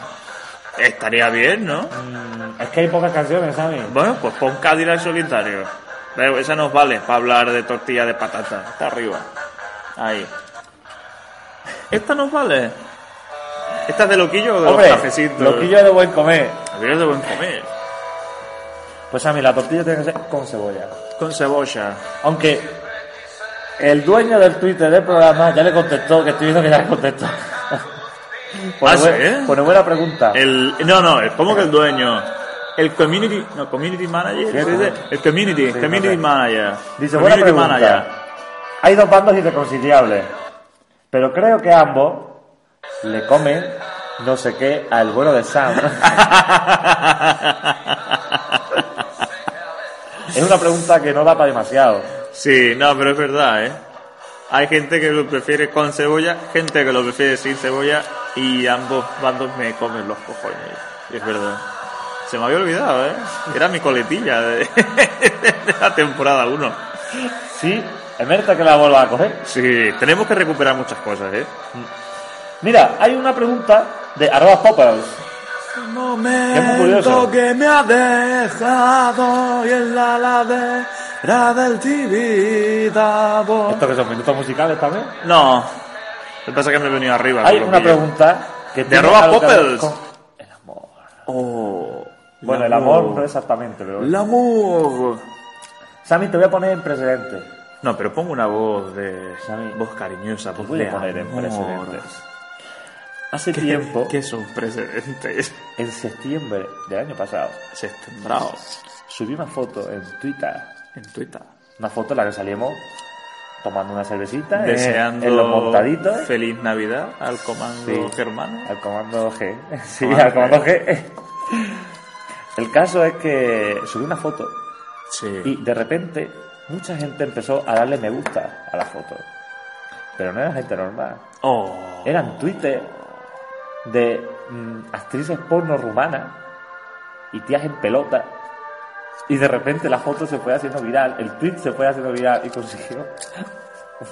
B: Estaría bien, ¿no?
A: mm, es que hay pocas canciones, Sammy.
B: Bueno, pues pon Cadillac solitario. Pero esa nos vale para hablar de tortilla de patata. Está arriba. Ahí. Esta nos vale. Esta es de loquillo o de
A: Hombre,
B: los cafecitos.
A: loquillo de buen comer.
B: Loquillo es de buen comer.
A: Pues Sammy, la tortilla tiene que ser con cebolla.
B: Con cebolla.
A: Aunque el dueño del Twitter del programa ya le contestó, que estoy viendo que ya le contestó.
B: Ah,
A: Pone
B: ¿sí, eh?
A: buena, pone buena pregunta.
B: El, no, no, el, ¿cómo que el dueño? El community, no, community manager,
A: Sí,
B: ¿se dice?
A: sí.
B: el community,
A: Sí,
B: community
A: no sé.
B: manager.
A: Dice, buena
B: community
A: pregunta. Hay dos bandos irreconciliables, pero creo que ambos le comen no sé qué al bueno de Sam. es una pregunta que no da para demasiado.
B: Sí, no, pero es verdad, ¿eh? Hay gente que lo prefiere con cebolla, gente que lo prefiere sin cebolla y ambos bandos me comen los cojones. Es verdad. Se me había olvidado, ¿eh? Era mi coletilla de, de la temporada 1.
A: Sí, es merda que la vuelva a coger.
B: Sí, tenemos que recuperar muchas cosas, ¿eh?
A: Mira, hay una pregunta de arroba poppers. curioso.
B: que me ha dejado y en la ladera del Tibidabo.
A: Esto que son minutos musicales también.
B: No, lo que pasa es que me he venido arriba.
A: Hay
B: con lo
A: una
B: que yo-
A: pregunta que
B: De
A: tiene
B: arroba
A: algo que ver
B: poppers.
A: con El amor.
B: Oh,
A: Bueno, el amor no exactamente, pero.
B: El amor.
A: Sammy, te voy a poner en precedente.
B: No, pero pongo una voz de.
A: Sammy,
B: Voz cariñosa, voz
A: voy
B: de
A: a poner en
B: amor.
A: precedentes. Hace
B: ¿Qué,
A: tiempo,
B: ¿Qué son precedentes?
A: en septiembre del año pasado,
B: Septembrados.
A: subí una foto en Twitter.
B: En Twitter.
A: Una foto en la que salimos tomando una cervecita en-
B: Eh, Deseando.
A: en los montaditos.
B: Feliz Navidad al comando
A: Sí.
B: Germán.
A: eh, Al comando G. Sí,
B: Comando
A: al comando
B: G.
A: G. El caso es que subí una foto
B: Sí.
A: y de repente mucha gente empezó a darle me gusta a la foto. Pero no era gente normal.
B: Oh.
A: Eran tweets de mm, actrices porno rumanas y tías en pelota. Y de repente la foto se fue haciendo viral, el tweet se fue haciendo viral y consiguió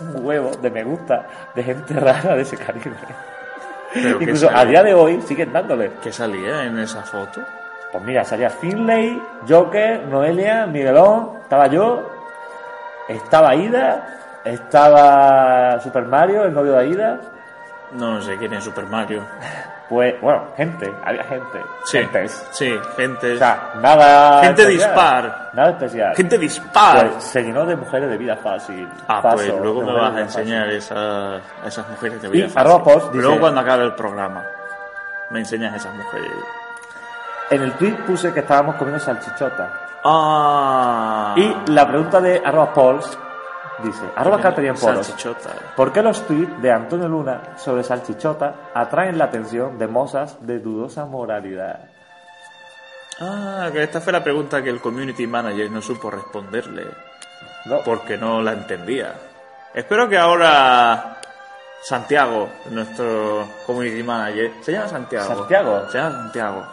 A: un huevo de me gusta de gente rara de ese calibre.
B: Pero que
A: Incluso a día
B: salía-
A: de hoy siguen dándole.
B: que salía en esa foto.
A: Pues mira, salía Finlay, Joker, Noelia, Miguelón, estaba yo, estaba Ida, estaba Super Mario, el novio de Ida.
B: No sé quién es Super Mario.
A: Pues, bueno, gente, había gente.
B: Sí,
A: Gentes.
B: sí, gente.
A: O sea, nada.
B: Gente
A: especial,
B: dispar.
A: Nada especial.
B: gente dispar.
A: Pues, se llenó de mujeres de vida fácil.
B: ah, pues
A: Paso,
B: luego
A: de
B: me
A: mujeres de
B: vas a
A: vida fácil.
B: enseñar esas, esas mujeres que veía.
A: arroba post dice-
B: luego cuando acabe el programa, me enseñas esas mujeres.
A: En el tweet puse que estábamos comiendo salchichota.
B: Ah.
A: Y la pregunta de arroba polls dice, arroba carpe diem polos,
B: Salchichota.
A: ¿por qué los tweets de Antonio Luna sobre salchichota atraen la atención de mozas de dudosa moralidad?
B: Ah, que esta fue la pregunta que el community manager no supo responderle
A: ¿No?
B: porque no la entendía. Espero que ahora Santiago, nuestro community manager, se llama Santiago.
A: ¿Santiago?
B: Se llama Santiago.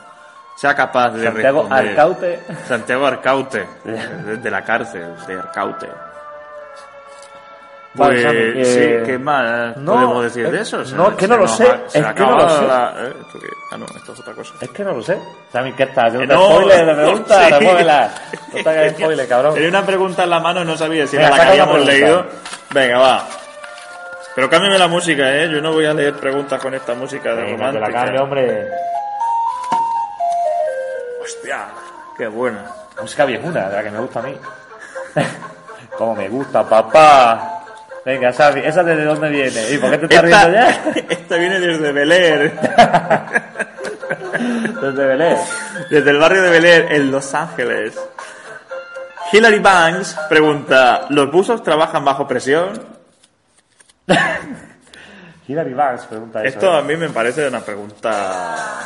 B: Sea capaz de
A: Santiago
B: responder.
A: Arcaute.
B: Santiago Arcaute, de, de la cárcel, de Arcaute.
A: Vale,
B: Pues
A: Sammy, eh,
B: sí, ¿qué más
A: no,
B: podemos decir
A: es-
B: de eso? Se-
A: no, es que
B: se
A: no lo
B: nos
A: sé,
B: ha- se
A: es
B: ha
A: que no lo
B: acabado
A: sé. Eh,
B: la- eh, esto que- ah, no, esto es otra cosa.
A: Es que no lo sé. Sammy, ¿qué estás? Yo
B: Eh,
A: te
B: no,
A: spoiler de
B: no,
A: pregunta,
B: sí.
A: remóvela. No te hagas spoiler, cabrón.
B: Tenía una pregunta en la mano y no sabía si
A: Venga,
B: era la que
A: saca una
B: habíamos leído.
A: pregunta.
B: Venga, va. Pero cámbiame la música, ¿eh? Yo no voy a leer preguntas con esta música de
A: Venga, te
B: romántica.
A: la cambio, hombre.
B: Hostia, qué buena.
A: Música viejuna, de la que me gusta a mí. Como me gusta, papá. Venga, Sammy, ¿esa de dónde viene? ¿Y por qué te estás riendo ya?
B: esta viene desde Bel Air,
A: Desde Belén.
B: desde el barrio de Bel Air, en Los Ángeles. Hillary Banks pregunta, ¿los buzos trabajan bajo presión?
A: Hilary Banks pregunta eso.
B: Esto a mí me parece una pregunta.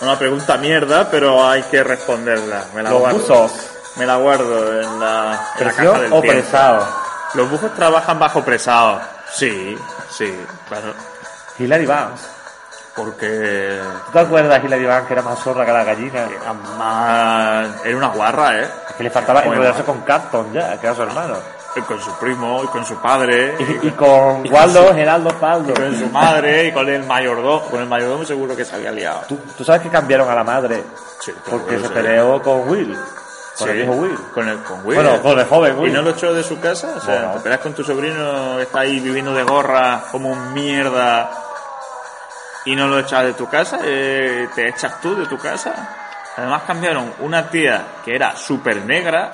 B: Una pregunta mierda, pero hay que responderla. Me la
A: Los
B: guardo.
A: buzos.
B: Me la guardo en la, en la caja
A: ¿Presión
B: del
A: o
B: tiempo.
A: presado?
B: Los buzos trabajan bajo presado. Sí, sí, claro.
A: Hilary Banks.
B: Porque.
A: ¿Tú te acuerdas de Hilary Banks que era más zorra que la gallina?
B: era más- Era una guarra, ¿eh?
A: Que le faltaba
B: Bueno.
A: enredarse con Carton ya, que era su hermano.
B: Y con su primo, y con su padre,
A: Y, y con Waldo, Geraldo, Faldo.
B: y con su madre, y con el mayordomo. Con el mayordomo seguro que se había liado.
A: ¿Tú, tú sabes que cambiaron a la madre
B: Sí, claro,
A: porque
B: yo
A: se
B: sé.
A: peleó con Will. Con el
B: Sí,
A: viejo Will.
B: Con el con Will.
A: Bueno, con el joven Will.
B: ¿Y no lo echó de su casa? O sea,
A: Bueno.
B: te peleas con tu sobrino que está ahí viviendo de gorra como un mierda y no lo echas de tu casa, Eh, te echas tú de tu casa. Además cambiaron una tía que era súper negra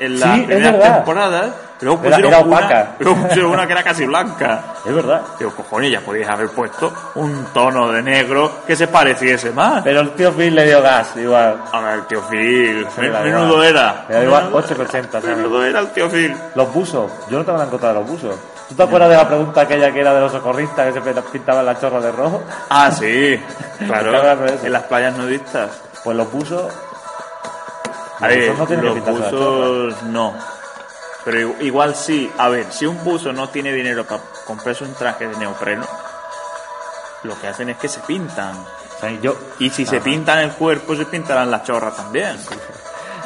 B: en las
A: Sí, es
B: primeras
A: verdad.
B: temporadas, pero
A: Era-
B: pusieron,
A: era opaca.
B: una, luego pusieron una que era casi blanca.
A: Es verdad.
B: Digo, cojones, ya podíais haber puesto un tono de negro que se pareciese más.
A: Pero el tío Bill le dio gas, igual.
B: A ver, el tío Phil,
A: me da
B: menudo
A: igual.
B: era.
A: Me da igual,
B: Menudo-
A: 8,80, ¿sabes?
B: Menudo era el tío Phil.
A: Los buzos, yo no te voy a encontrar los buzos. ¿Tú te acuerdas de la pregunta aquella que era de los socorristas que se pintaban la chorra de rojo?
B: Ah, sí,
A: Está hablando
B: claro,
A: de eso.
B: en las playas nudistas.
A: Pues los buzos. los
B: A ver,
A: buzos no tienen que
B: los
A: pintarse la chorra.
B: buzos no. Pero i- igual sí, a ver, si un buzo no tiene dinero para comprarse un traje de neopreno, lo que hacen es que se pintan.
A: O sea, yo,
B: Y si se pintan el cuerpo, se pintarán las chorras también.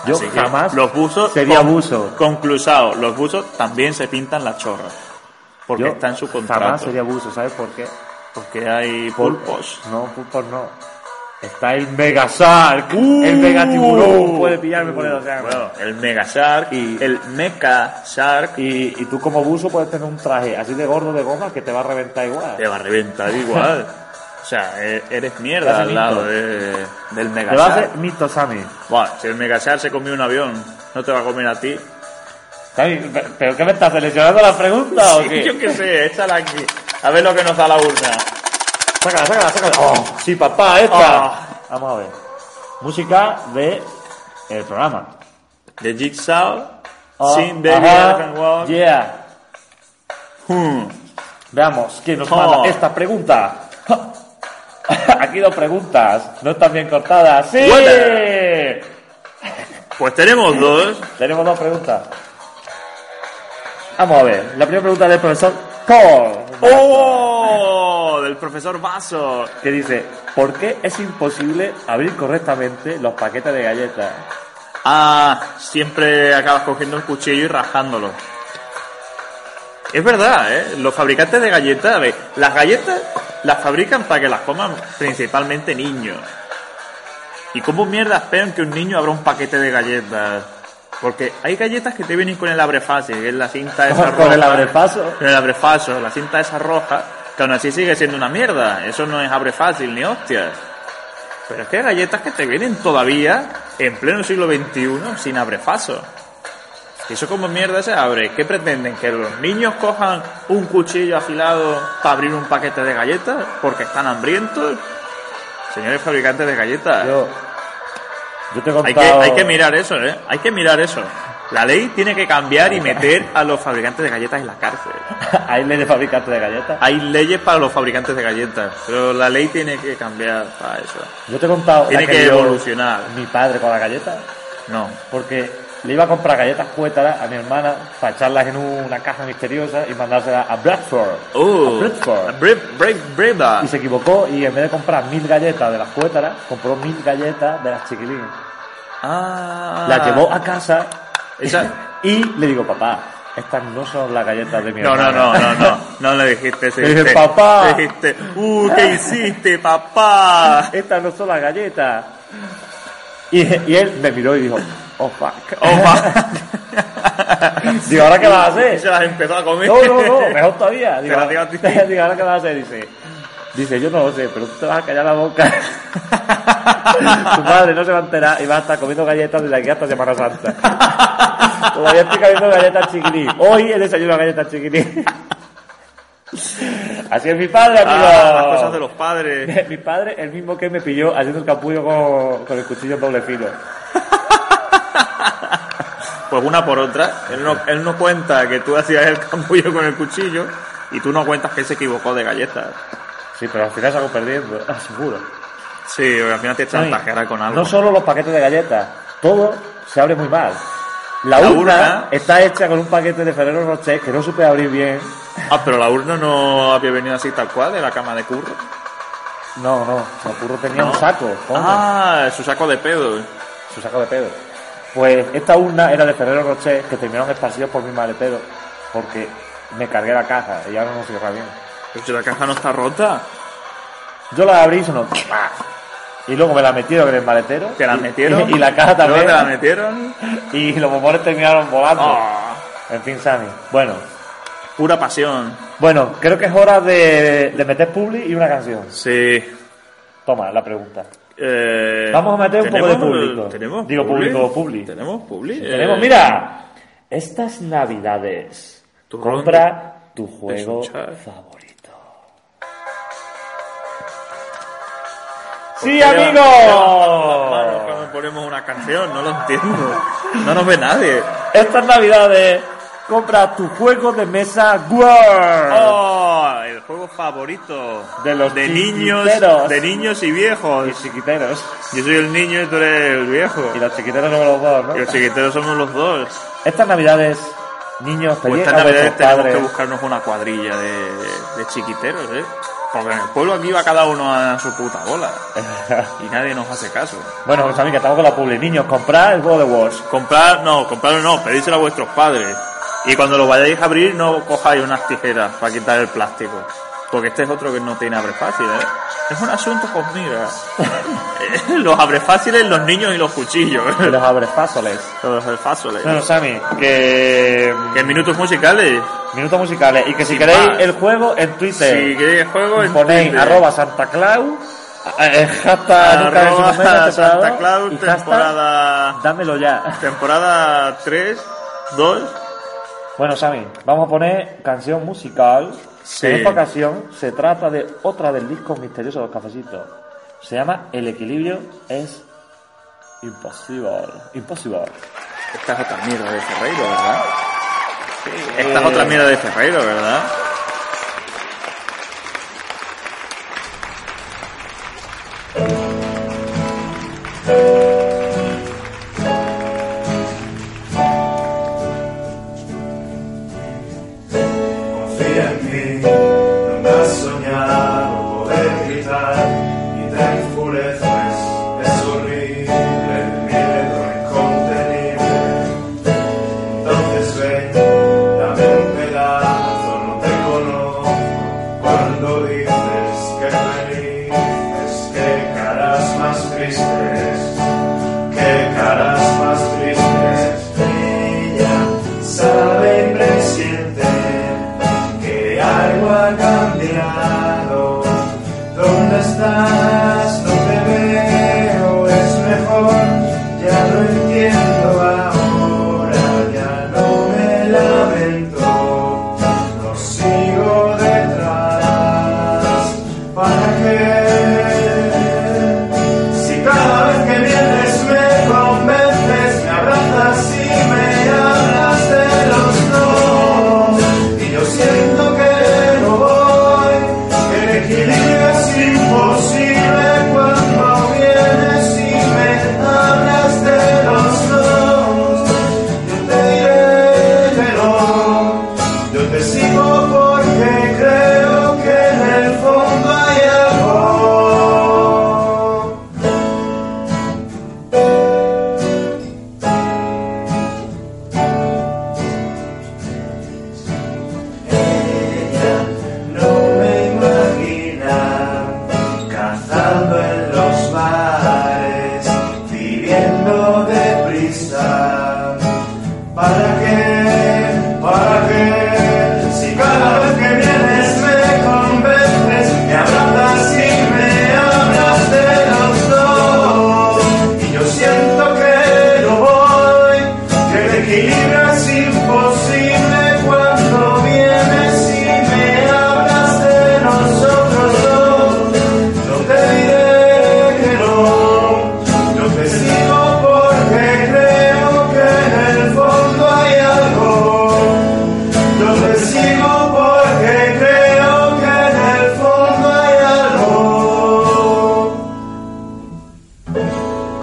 A: yo
B: Así que
A: jamás
B: los buzos
A: sería
B: con-
A: buzo.
B: Conclusado, los buzos también se pintan las chorras. Porque
A: Yo
B: está en su
A: Jamás
B: contrato.
A: sería buzo, ¿sabes por qué?
B: Porque hay pulpos.
A: No, pulpos no. Está el Mega Shark, el Mega Tiburón, puede pillarme por el océano.
B: Bueno, el Mega Shark,
A: Y-
B: el Mecha Shark
A: Y, y tú como buzo puedes tener un traje así de gordo de goma que te va a reventar igual.
B: te va a reventar igual. o sea, e- eres
A: Te
B: mierda
A: hace
B: al lado
A: mito.
B: de- del Mega
A: Te va a
B: Shark.
A: hacer mito, Sammy.
B: Buah, si el Mega Shark se comió un avión, no te va a comer a ti.
A: Sammy, pe- ¿pero qué me estás seleccionando la pregunta o
B: Sí,
A: qué?
B: Yo qué sé, échala aquí. A ver lo que nos da la urna.
A: Sácala, sácala, sácala. Oh, sí, papá, esta.
B: Ah.
A: Vamos a ver. Música de el programa.
B: De Jigsaw,
A: Ah,
B: Sin Baby
A: ajá,
B: I Can Walk.
A: Yeah.
B: Hmm.
A: Veamos quién nos
B: Oh.
A: manda esta pregunta. Aquí dos preguntas. No están bien cortadas. ¡Sí!
B: Buena. Pues tenemos dos.
A: Tenemos dos preguntas. Vamos a ver. La primera pregunta del profesor Cole.
B: ¡Oh! Del profesor Vaso.
A: Que dice, ¿por qué es imposible abrir correctamente los paquetes de galletas?
B: Ah, siempre acabas cogiendo un cuchillo y rajándolo. Es verdad, ¿eh? Los fabricantes de galletas, a ver, las galletas las fabrican para que las coman principalmente niños. ¿Y cómo mierda esperan que un niño abra un paquete de galletas? Porque hay galletas que te vienen con el abre fácil, que es la cinta esa
A: Con el
B: roja.
A: abrepaso.
B: Pero el abre falso, la cinta esa roja, que aún así sigue siendo una mierda. Eso no es abre fácil ni hostias. Pero es que hay galletas que te vienen todavía en pleno siglo XXI sin abre falso. ¿Y eso como mierda se abre? ¿Qué pretenden? ¿Que los niños cojan un cuchillo afilado para abrir un paquete de galletas porque están hambrientos? Señores fabricantes de galletas,
A: Yo, yo te he contado...
B: hay que, hay que mirar eso, ¿eh? Hay que mirar eso. La ley tiene que cambiar y meter a los fabricantes de galletas en la cárcel.
A: Hay ley de fabricante de galletas.
B: Hay leyes para los fabricantes de galletas, pero la ley tiene que cambiar para eso.
A: Yo te he contado... la
B: Tiene que
A: dio
B: evolucionar.
A: Mi padre con la galleta.
B: No.
A: Porque Le iba a comprar galletas cuétaras a mi hermana para echarlas en una caja misteriosa y mandárselas a Bradford.
B: Uh,
A: a Bradford.
B: Bre- bre- breva.
A: Y se equivocó y en vez de comprar mil galletas de las cuétaras, compró mil galletas de las chiquilines.
B: Ah.
A: Las llevó a casa
B: Esa-
A: y le digo, papá, estas no son las galletas de mi
B: No, no,
A: hermana.
B: no, no, no. No le dijiste eso.
A: Le dije, "Papá".
B: Dijiste, uh, ¿qué hiciste, papá?
A: Estas no son las galletas. Y, y él me miró y dijo, oh fuck.
B: Oh, va.
A: Digo, ¿ahora qué vas a
B: Y
A: hacer?
B: se las empezó a comer. Ah,
A: No, no, no, mejor todavía. Digo,
B: Te la digo a ti.
A: digo, ¿ahora qué vas a hacer? Dice, dice, yo no lo sé, pero tú te vas a callar la boca. tu madre no se va a enterar y vas a estar comiendo galletas desde aquí hasta Semana Santa. Todavía estoy comiendo galletas chiquitín. Hoy he desayunado galletas chiquitín. Así es mi padre, amigo.
B: Ah, las cosas de los padres.
A: Mi padre, el mismo que me pilló haciendo el capullo con, con el cuchillo en doble filo.
B: Pues una por otra. Él no, él no cuenta que tú hacías el campullo con el cuchillo y tú no cuentas que él se equivocó de galletas.
A: Sí, pero al final salgo perdiendo, seguro.
B: Sí, al final te chantajeara con algo.
A: No solo los paquetes de galletas, todo se abre muy mal. La,
B: La
A: urna,
B: urna-
A: está hecha con un paquete de Ferrero Rocher que no supe abrir bien.
B: Ah, pero la urna no había venido así tal cual, de la cama de curro.
A: No, no, el curro tenía
B: No.
A: un saco, coño,
B: Ah, su saco de pedo.
A: su saco de pedo. Pues esta urna era de Ferrero Rocher que terminaron esparcidos por mi maletero porque me cargué la caja y ya no se cierra bien.
B: Pero si la caja no está rota,
A: Yo la abrí y sonó ¡pa! Y luego me la metieron en el maletero.
B: te la
A: y-
B: metieron.
A: Y, la caja también.
B: Luego te la metieron.
A: Y los bombones terminaron volando.
B: Ah,
A: En fin, Sammy. Bueno,
B: pura pasión.
A: bueno, creo que es hora de, de meter publi y una canción.
B: Sí.
A: Toma, la pregunta.
B: Eh,
A: Vamos a meter un poco de
B: ¿tenemos-
A: público.
B: ¿tenemos
A: Digo público, publi.
B: Tenemos publi. Eh,
A: Tenemos, mira, estas navidades.
B: Tu
A: compra tu juego
B: escuchar.
A: favorito. ¡Sí,
B: ¿por qué levantan las manos
A: amigos!
B: Cuando ponemos una canción, no lo entiendo. No nos ve nadie.
A: Estas navidades, compra tu juego de mesa World.
B: Oh, el juego favorito
A: De los
B: niños,
A: chiquiteros.
B: de niños y
A: Y
B: viejos.
A: chiquiteros.
B: Yo soy el niño y tú eres el viejo.
A: Y los chiquiteros somos los dos, ¿no?
B: Y los chiquiteros somos los dos.
A: Estas navidades, niños,
B: Pues
A: pedid
B: esta
A: a
B: Navidad
A: vuestros
B: tenemos
A: padres.
B: que buscarnos una cuadrilla de, de chiquiteros, ¿eh? Porque en el pueblo aquí va cada uno a su puta bola. Y nadie nos hace caso.
A: bueno, pues amigos, estamos con la publi. Niños, comprad el juego de Wars.
B: Comprar, no, comprar no, pedíselo a vuestros padres. Y cuando lo vayáis a abrir, no cojáis unas tijeras para quitar el plástico. Porque este es otro que no tiene abre fácil, ¿eh? Es un asunto con mira. los abre fáciles, los niños y los cuchillos.
A: Que los abres fásoles.
B: los abre fáciles.
A: Bueno, Sammy, que... mm,
B: Que ¿eh? minutos musicales.
A: Minutos musicales. Y que si
B: Sin
A: queréis
B: más.
A: el juego en
B: Si
A: Twitter,
B: queréis el juego, en
A: ponéis
B: Twitter.
A: arroba Santa Claus, eh, hashtag nunca en su
B: Arroba
A: momento, temporada,
B: Santa Claus,
A: y hashtag
B: temporada,
A: dámelo ya.
B: temporada 3, 2.
A: Bueno, Sammy, vamos a poner canción musical.
B: Sí.
A: En esta ocasión se trata de otra del disco misterioso de los cafecitos. Se llama El equilibrio es imposible. Imposible.
B: Esta es otra mierda de Ferreiro, ¿verdad? Esta es
A: Eh.
B: otra mierda de Ferreiro, ¿verdad?
C: Confía en mí, no me has soñado poder gritar y te enfureces, es horrible, el miedo incontenible. Entonces ven, dame un pedazo, no te conozco cuando dices que felices, que caras más tristes qué caras más tristes. Ella sabe y presiente que algo ha cambiado. ¿Dónde estás? No te veo, es mejor, ya lo entiendo ahora, ya no me lamento, no sigo detrás. ¿Para qué? Si cada vez que vienes me convences, me abrazas y me hablas de los no, y yo siento que no voy, que el equilibrio es imposible. obsesivo porque creo que en el fondo hay amor. Ella no me imagina cantando en los bares, viviendo deprisa. ¿Para qué? ¿Para qué? Si cada vez que vienes me convences, me abrazas y me hablas de los dos. Y yo siento que no voy, que el equilibrio es imposible cuando vienes y me hablas de nosotros dos. No te diré que no, yo te sigo porque creo que en el fondo hay algo. Yo te sigo porque creo que en el fondo hay algo.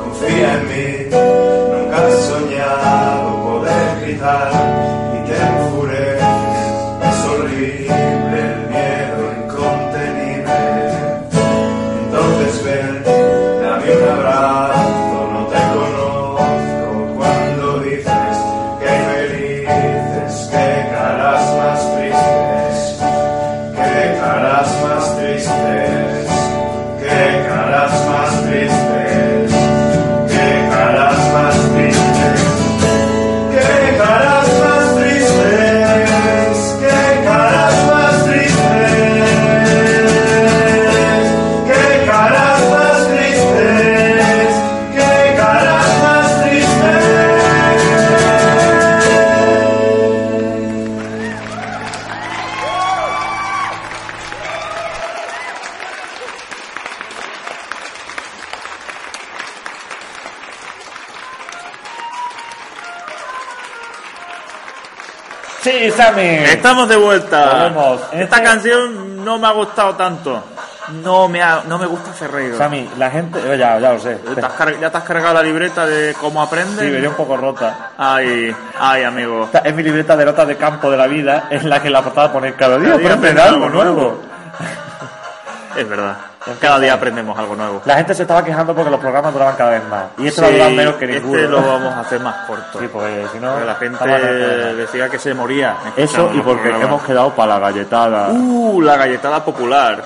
C: Confía en mí, nunca he soñado poder gritar y te enfureces. Es horrible el miedo incontenible. Entonces ven, dame un abrazo, no te conozco cuando dices que hay felices, que caras más tristes, que caras más tristes, que caras más tristes, que caras más tristes. ¡Qué caras más tristes! ¡Qué caras más tristes! ¡Qué caras más tristes! ¡Qué caras más tristes!
A: Sí, Sammy.
B: Estamos de vuelta.
A: Volvemos.
B: Esta canción no me ha gustado tanto. Este- No me, ha- no me gusta Ferreiro.
A: Sammy, la gente. eh, Ya, ya lo sé.
B: ¿Te has car- ¿Ya te has cargado la libreta de cómo aprende?
A: Sí, venía un poco rota.
B: Ay, ay, amigo.
A: Esta es mi libreta de notas de campo de la vida, en la que la portada pone cada día
B: Cada día
A: aprende
B: aprende
A: algo
B: algo
A: nuevo.
B: Es verdad. Cada día aprendemos algo nuevo.
A: La gente se estaba quejando porque los programas duraban cada vez más. Y esto va a
B: Sí,
A: durar menos que ninguno.
B: este lo vamos a hacer más corto.
A: Sí, porque si no.
B: Porque la gente
A: estamos en el problema.
B: decía que se moría.
A: Eso
B: escuchando
A: y
B: los
A: porque
B: programas.
A: hemos quedado para la galletada.
B: Uh, la galletada popular.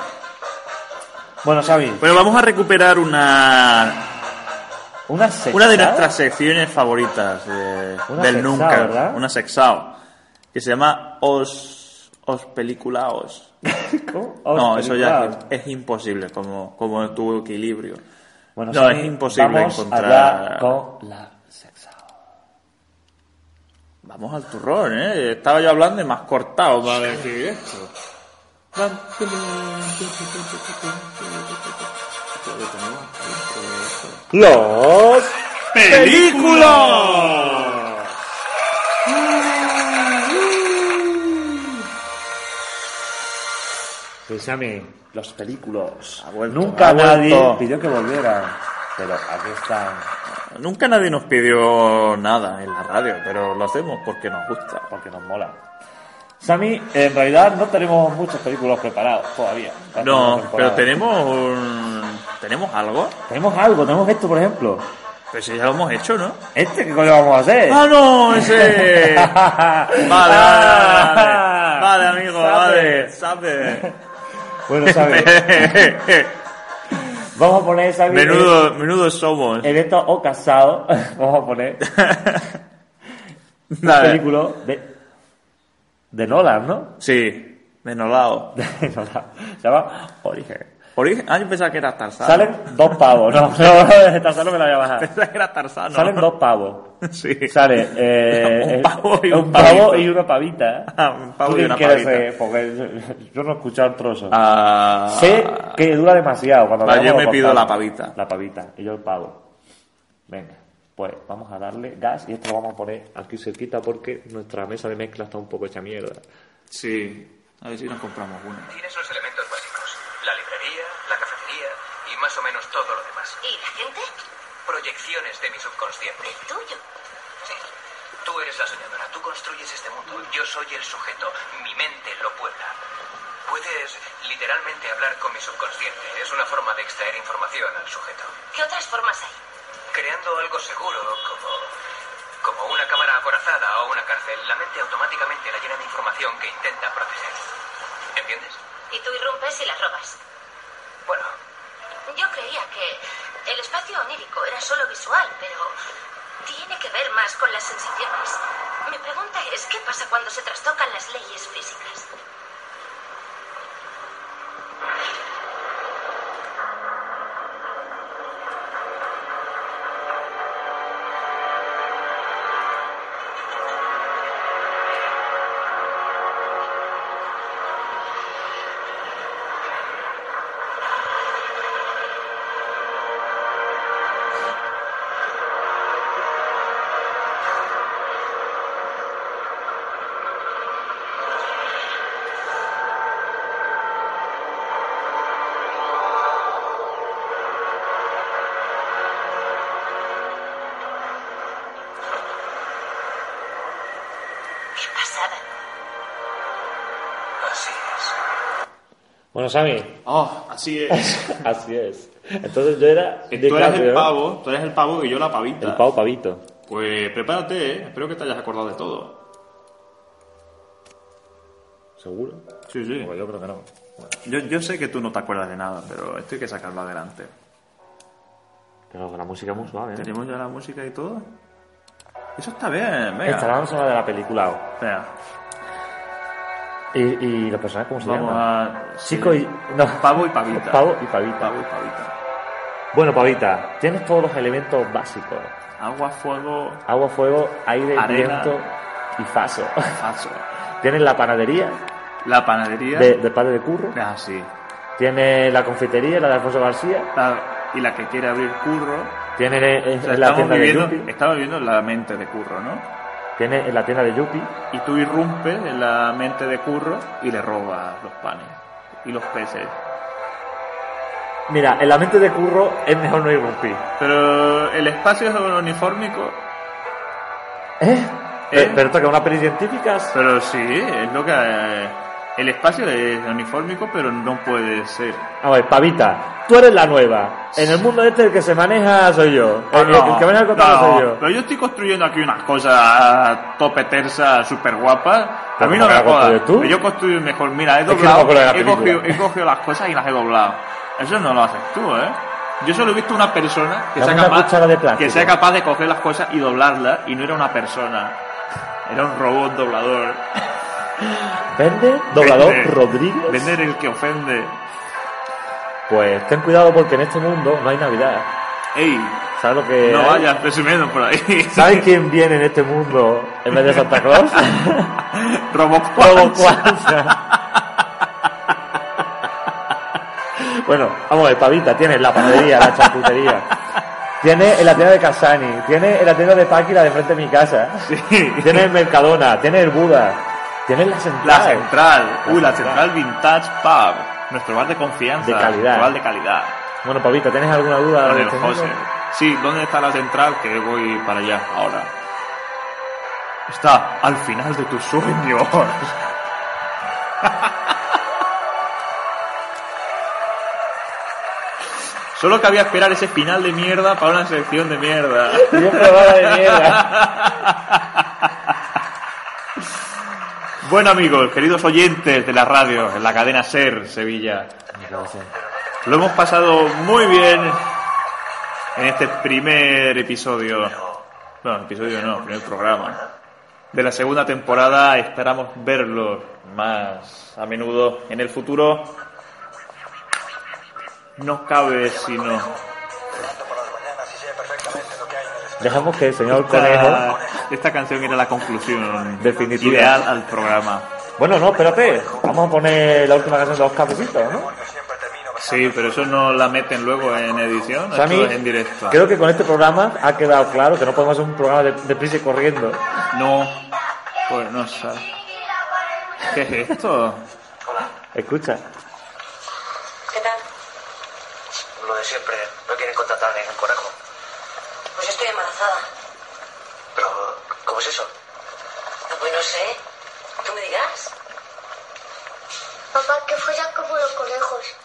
A: Bueno, Xavi,
B: Bueno, vamos a recuperar una,
A: una sexta.
B: una de nuestras secciones favoritas de-
A: Una
B: del
A: sexao,
B: Nunca.
A: ¿verdad?
B: Una sexao. Que se llama Os, os Peliculaos.
A: ¿Cómo?
B: No, eso ya
A: Ostras.
B: es, es imposible, como, como tu equilibrio.
A: Bueno,
B: no,
A: Xavi,
B: es imposible
A: vamos
B: encontrar-
A: allá con la sexta.
B: Vamos al turrón, ¿eh? Estaba yo hablando y más cortado para decir esto.
A: Los
B: ¡Película!
A: Pensame, los películos.
B: Ha vuelto,
A: Nunca
B: ha
A: nadie
B: vuelto.
A: pidió que volvieran. Pero aquí están.
B: Nunca nadie nos pidió nada en la radio, pero lo hacemos porque nos gusta.
A: Porque nos mola. Sammy, en realidad no tenemos muchos películas preparados todavía. para esta
B: No,
A: temporada.
B: pero tenemos un- ¿Tenemos algo?
A: Tenemos algo, tenemos esto, por ejemplo.
B: Pues si ya lo hemos hecho, ¿no?
A: ¿Este qué coño vamos a hacer?
B: ¡Ah, no! ¡Ese! Vale,
A: Ah,
B: vale, vale. Vale, amigo, vale. Sabe.
A: Bueno, Sammy, vamos a poner, Sammy,
B: menudo, menudo ¿eh? somos.
A: en esto o casado, vamos a poner un
B: Dale.
A: película de, de Nolan, ¿no?
B: Sí, menolado.
A: De Nolan. Se llama Origen.
B: Origen. Ah, yo pensaba que era Tarzán.
A: Salen dos pavos, no, no, Tarzán no me la voy a bajar.
B: Pensaba que era Tarzano.
A: Salen dos pavos.
B: Sí.
A: Sale eh,
B: Un pavo y un
A: pavo
B: pavito.
A: y una pavita. ¿eh?
B: Ah, un pavo
A: ¿Tú
B: y
A: qué
B: una
A: quieres,
B: pavita.
A: eh? Porque yo- yo no he escuchado el trozo.
B: Ah,
A: Sé que dura demasiado. Cuando
B: Va,
A: veamos
B: yo
A: lo
B: me pido
A: cortamos.
B: la pavita.
A: La pavita y yo el pavo. Venga, pues vamos a darle gas y esto lo vamos a poner aquí cerquita porque nuestra mesa de mezcla está un poco hecha mierda.
B: Sí. A ver si nos compramos uno.
D: Tiene esos elementos básicos. La librería, la cafetería y más o menos todo lo demás.
E: ¿Y la gente?
D: Proyecciones de mi subconsciente.
E: ¿El tuyo?
D: Sí. Tú Tú eres la soñadora, tú construyes este mundo. Yo soy el sujeto, mi mente lo puebla. Puedes literalmente hablar con mi subconsciente. Es una forma de extraer información al sujeto.
E: ¿Qué otras formas hay?
D: Creando algo seguro, como, como una cámara acorazada o una cárcel, la mente automáticamente la llena de información que intenta proteger. ¿Entiendes?
E: Y tú irrumpes y las robas.
D: Bueno,
E: Yo creía que el espacio onírico era solo visual, pero tiene que ver más con las sensaciones. Mi pregunta es, ¿qué pasa cuando se trastocan las leyes físicas? Qué pasada.
D: así es.
A: Bueno, Sammy,
B: Oh, así es.
A: así es. Entonces yo era
B: tú eres
A: DiCaprio,
B: el
A: ¿no?
B: pavo, tú eres el pavo y yo la pavita.
A: ¿eh? El pavo pavito.
B: Pues prepárate, ¿eh? espero que te hayas acordado de todo.
A: ¿Seguro?
B: Sí, sí.
A: Pues yo creo que no.
B: Yo, yo sé que tú no te acuerdas de nada, pero esto hay que sacarlo adelante.
A: Pero la música es muy suave, ¿eh?
B: ¿Tenemos ya la música y todo? Eso está bien, venga.
A: Esta es la banda sonora de la película.
B: Venga,
A: ¿Y, y los personajes cómo se
B: vamos
A: llaman?
B: a...
A: Chico y... No.
B: Pavo y pavita.
A: Pavo y pavita.
B: Pavo y pavita.
A: Bueno, pavita, tienes todos los elementos básicos.
B: Agua, fuego,
A: Agua, fuego, aire,
B: Arena.
A: viento y faso.
B: faso.
A: Tienes la panadería
B: La panadería...
A: de, de padre de curro.
B: Ah, sí.
A: Tienes la confitería, la de Alfonso García.
B: La- Y la que quiere abrir curro.
A: Tienes eh,
B: O sea,
A: la
B: estamos,
A: tienda de
B: viviendo,
A: Yupi.
B: estamos viviendo en la mente de curro, ¿no?
A: Tienes eh, la tienda de Yupi.
B: Y tú irrumpes en la mente de curro y le robas los panes y los peces.
A: Mira, en la mente de curro es mejor no irrumpir.
B: Pero el espacio es unifórmico.
A: ¿Eh?
B: ¿Eh?
A: Pero, pero toca una peli científica.
B: Pero sí, es lo que... eh, El espacio es unifórmico, pero no puede ser.
A: A ver, pavita, tú eres la nueva. En el mundo este el que se maneja soy yo. El, el que maneja el contador
B: Ah, no,
A: soy yo.
B: Pero yo estoy construyendo aquí unas cosas tope tersa, súper guapas. A
A: Pero
B: mí
A: ¿cómo
B: no
A: que
B: me
A: la construyes
B: jodas.
A: tú?
B: Pero Yo construyo mejor. Mira, he
A: que no me
B: doblado.
A: acuerdo de la
B: he, cogido,
A: película.
B: he cogido las cosas y las he doblado. Eso no lo haces tú, ¿eh? Yo solo he visto una persona que
A: Dame
B: sea,
A: una cuchara
B: capaz,
A: de plástico.
B: que sea capaz de coger las cosas y doblarlas y no era una persona. Era un robot doblador.
A: Vende, doblador
B: Vender.
A: Rodríguez.
B: Vender el que ofende.
A: Pues ten cuidado porque en este mundo no hay Navidad.
B: Ey,
A: ¿Sabes lo que.?
B: no
A: hay?
B: vayas presumiendo por ahí.
A: ¿Sabes quién viene en este mundo en vez de Santa Claus?
B: Robocop.
A: Robo bueno, vamos a ver, Pavita, tienes la panadería, la charcutería. Tienes en la tienda de Casani, tienes en la tienda de Paqui, la de frente de mi casa.
B: Sí.
A: Tienes el Mercadona, tienes el Buda, tienes la
B: La
A: central.
B: Central.
A: La
B: Uy, la
A: Central.
B: Central Vintage Pub. Nuestro bar de confianza.
A: De calidad.
B: Nuestro bar de calidad.
A: Bueno, Pavita, ¿tienes alguna duda?
B: Con
A: de
B: el
A: este mundo?
B: José. Sí, ¿dónde está la Central? Que voy para allá ahora. Está al final de tus sueños. Solo cabía esperar ese final de mierda para una sección de mierda.
A: Bien probada de mierda.
B: Bueno amigos, queridos oyentes de la radio, en la cadena SER Sevilla, lo hemos pasado muy bien en este primer episodio, no, episodio no, primer programa de la segunda temporada. Esperamos verlos más a menudo en el futuro. No cabe sino
A: Dejamos que el señor Conejo.
B: esta, esta canción era la conclusión
A: Definitiva.
B: ideal al programa.
A: Bueno, no, espérate. Vamos a poner la última canción de los cafecitos, ¿no?
B: Sí, pero eso no la meten luego en edición,
A: Sammy,
B: esto es en directo.
A: Creo que con este programa ha quedado claro que no podemos hacer un programa de, de prisa y corriendo.
B: No, pues no sé. ¿Qué es esto?
A: Escucha,
E: ¿Qué tal?
D: Lo de siempre, no quieren contratar en el conejo.
E: Pues yo estoy embarazada.
D: Pero, ¿cómo es eso?
E: Pues no sé. Tú me dirás.
F: Papá, que follan como los conejos.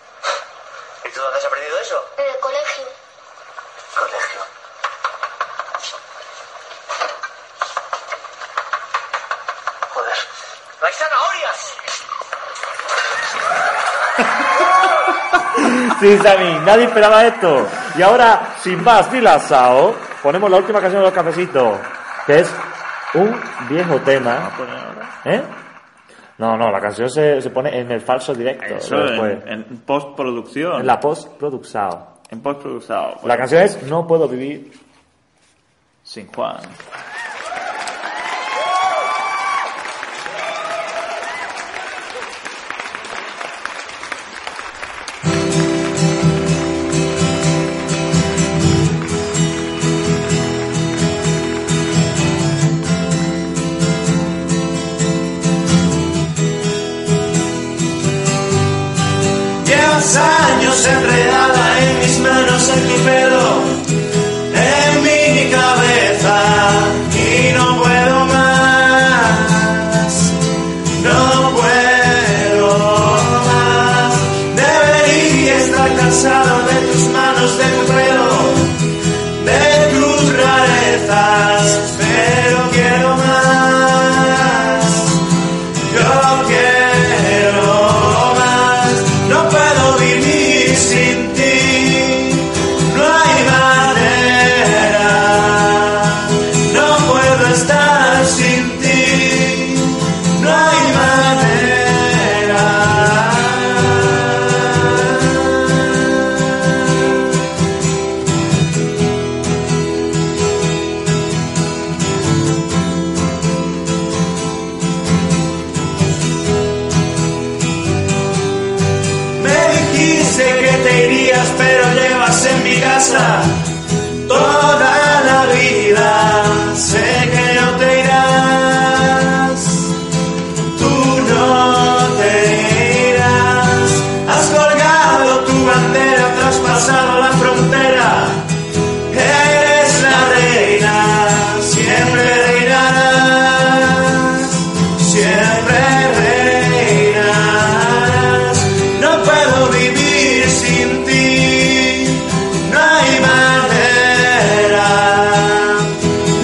D: ¿Y tú dónde has aprendido eso?
F: En el colegio.
D: Colegio. Joder. ¡No hay zanahorias!
A: Sí, Sammy, nadie esperaba esto. Y ahora, sin más dilazado, ponemos la última canción de los cafecitos, que es un viejo tema. ¿Eh? No, no, la canción se, se pone en el falso directo.
B: Eso,
A: después.
B: en, en postproducción.
A: En la postproducción.
B: En postproducción.
A: La canción es No puedo vivir.
B: Sin Juan.
C: Llevas años enredada en mis manos, en mi pelo, en mi cabeza y no puedo más, no puedo más. Debería estar cansado de tus manos, de tu pelo, de tus rarezas, pero quiero más. Yo quiero más, no puedo vivir sin ti, no hay manera, no puedo estar sin ti, no hay manera. Me dijiste que te irías, pero llevas en mi casa toda la vida. Sé que no te irás, tú no te irás. Has colgado tu bandera, traspasado la frontera. Eres la reina, siempre reinarás siempre reinarás. No puedo vivir sin ti, no hay manera.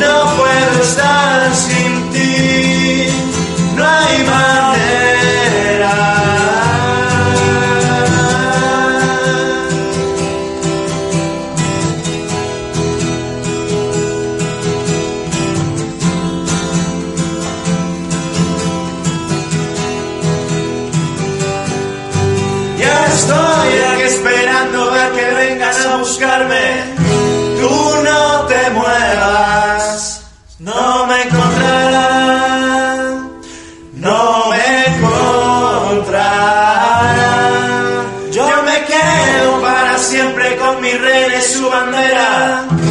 C: No puedo estar sin ti, no hay manera. Ya estoy aquí esperando a que vengas a buscarme. Tú no te muevas, no me encontrarán, no me encontrarán. Yo me quedo para siempre con mi rey y su bandera. Ah, ah,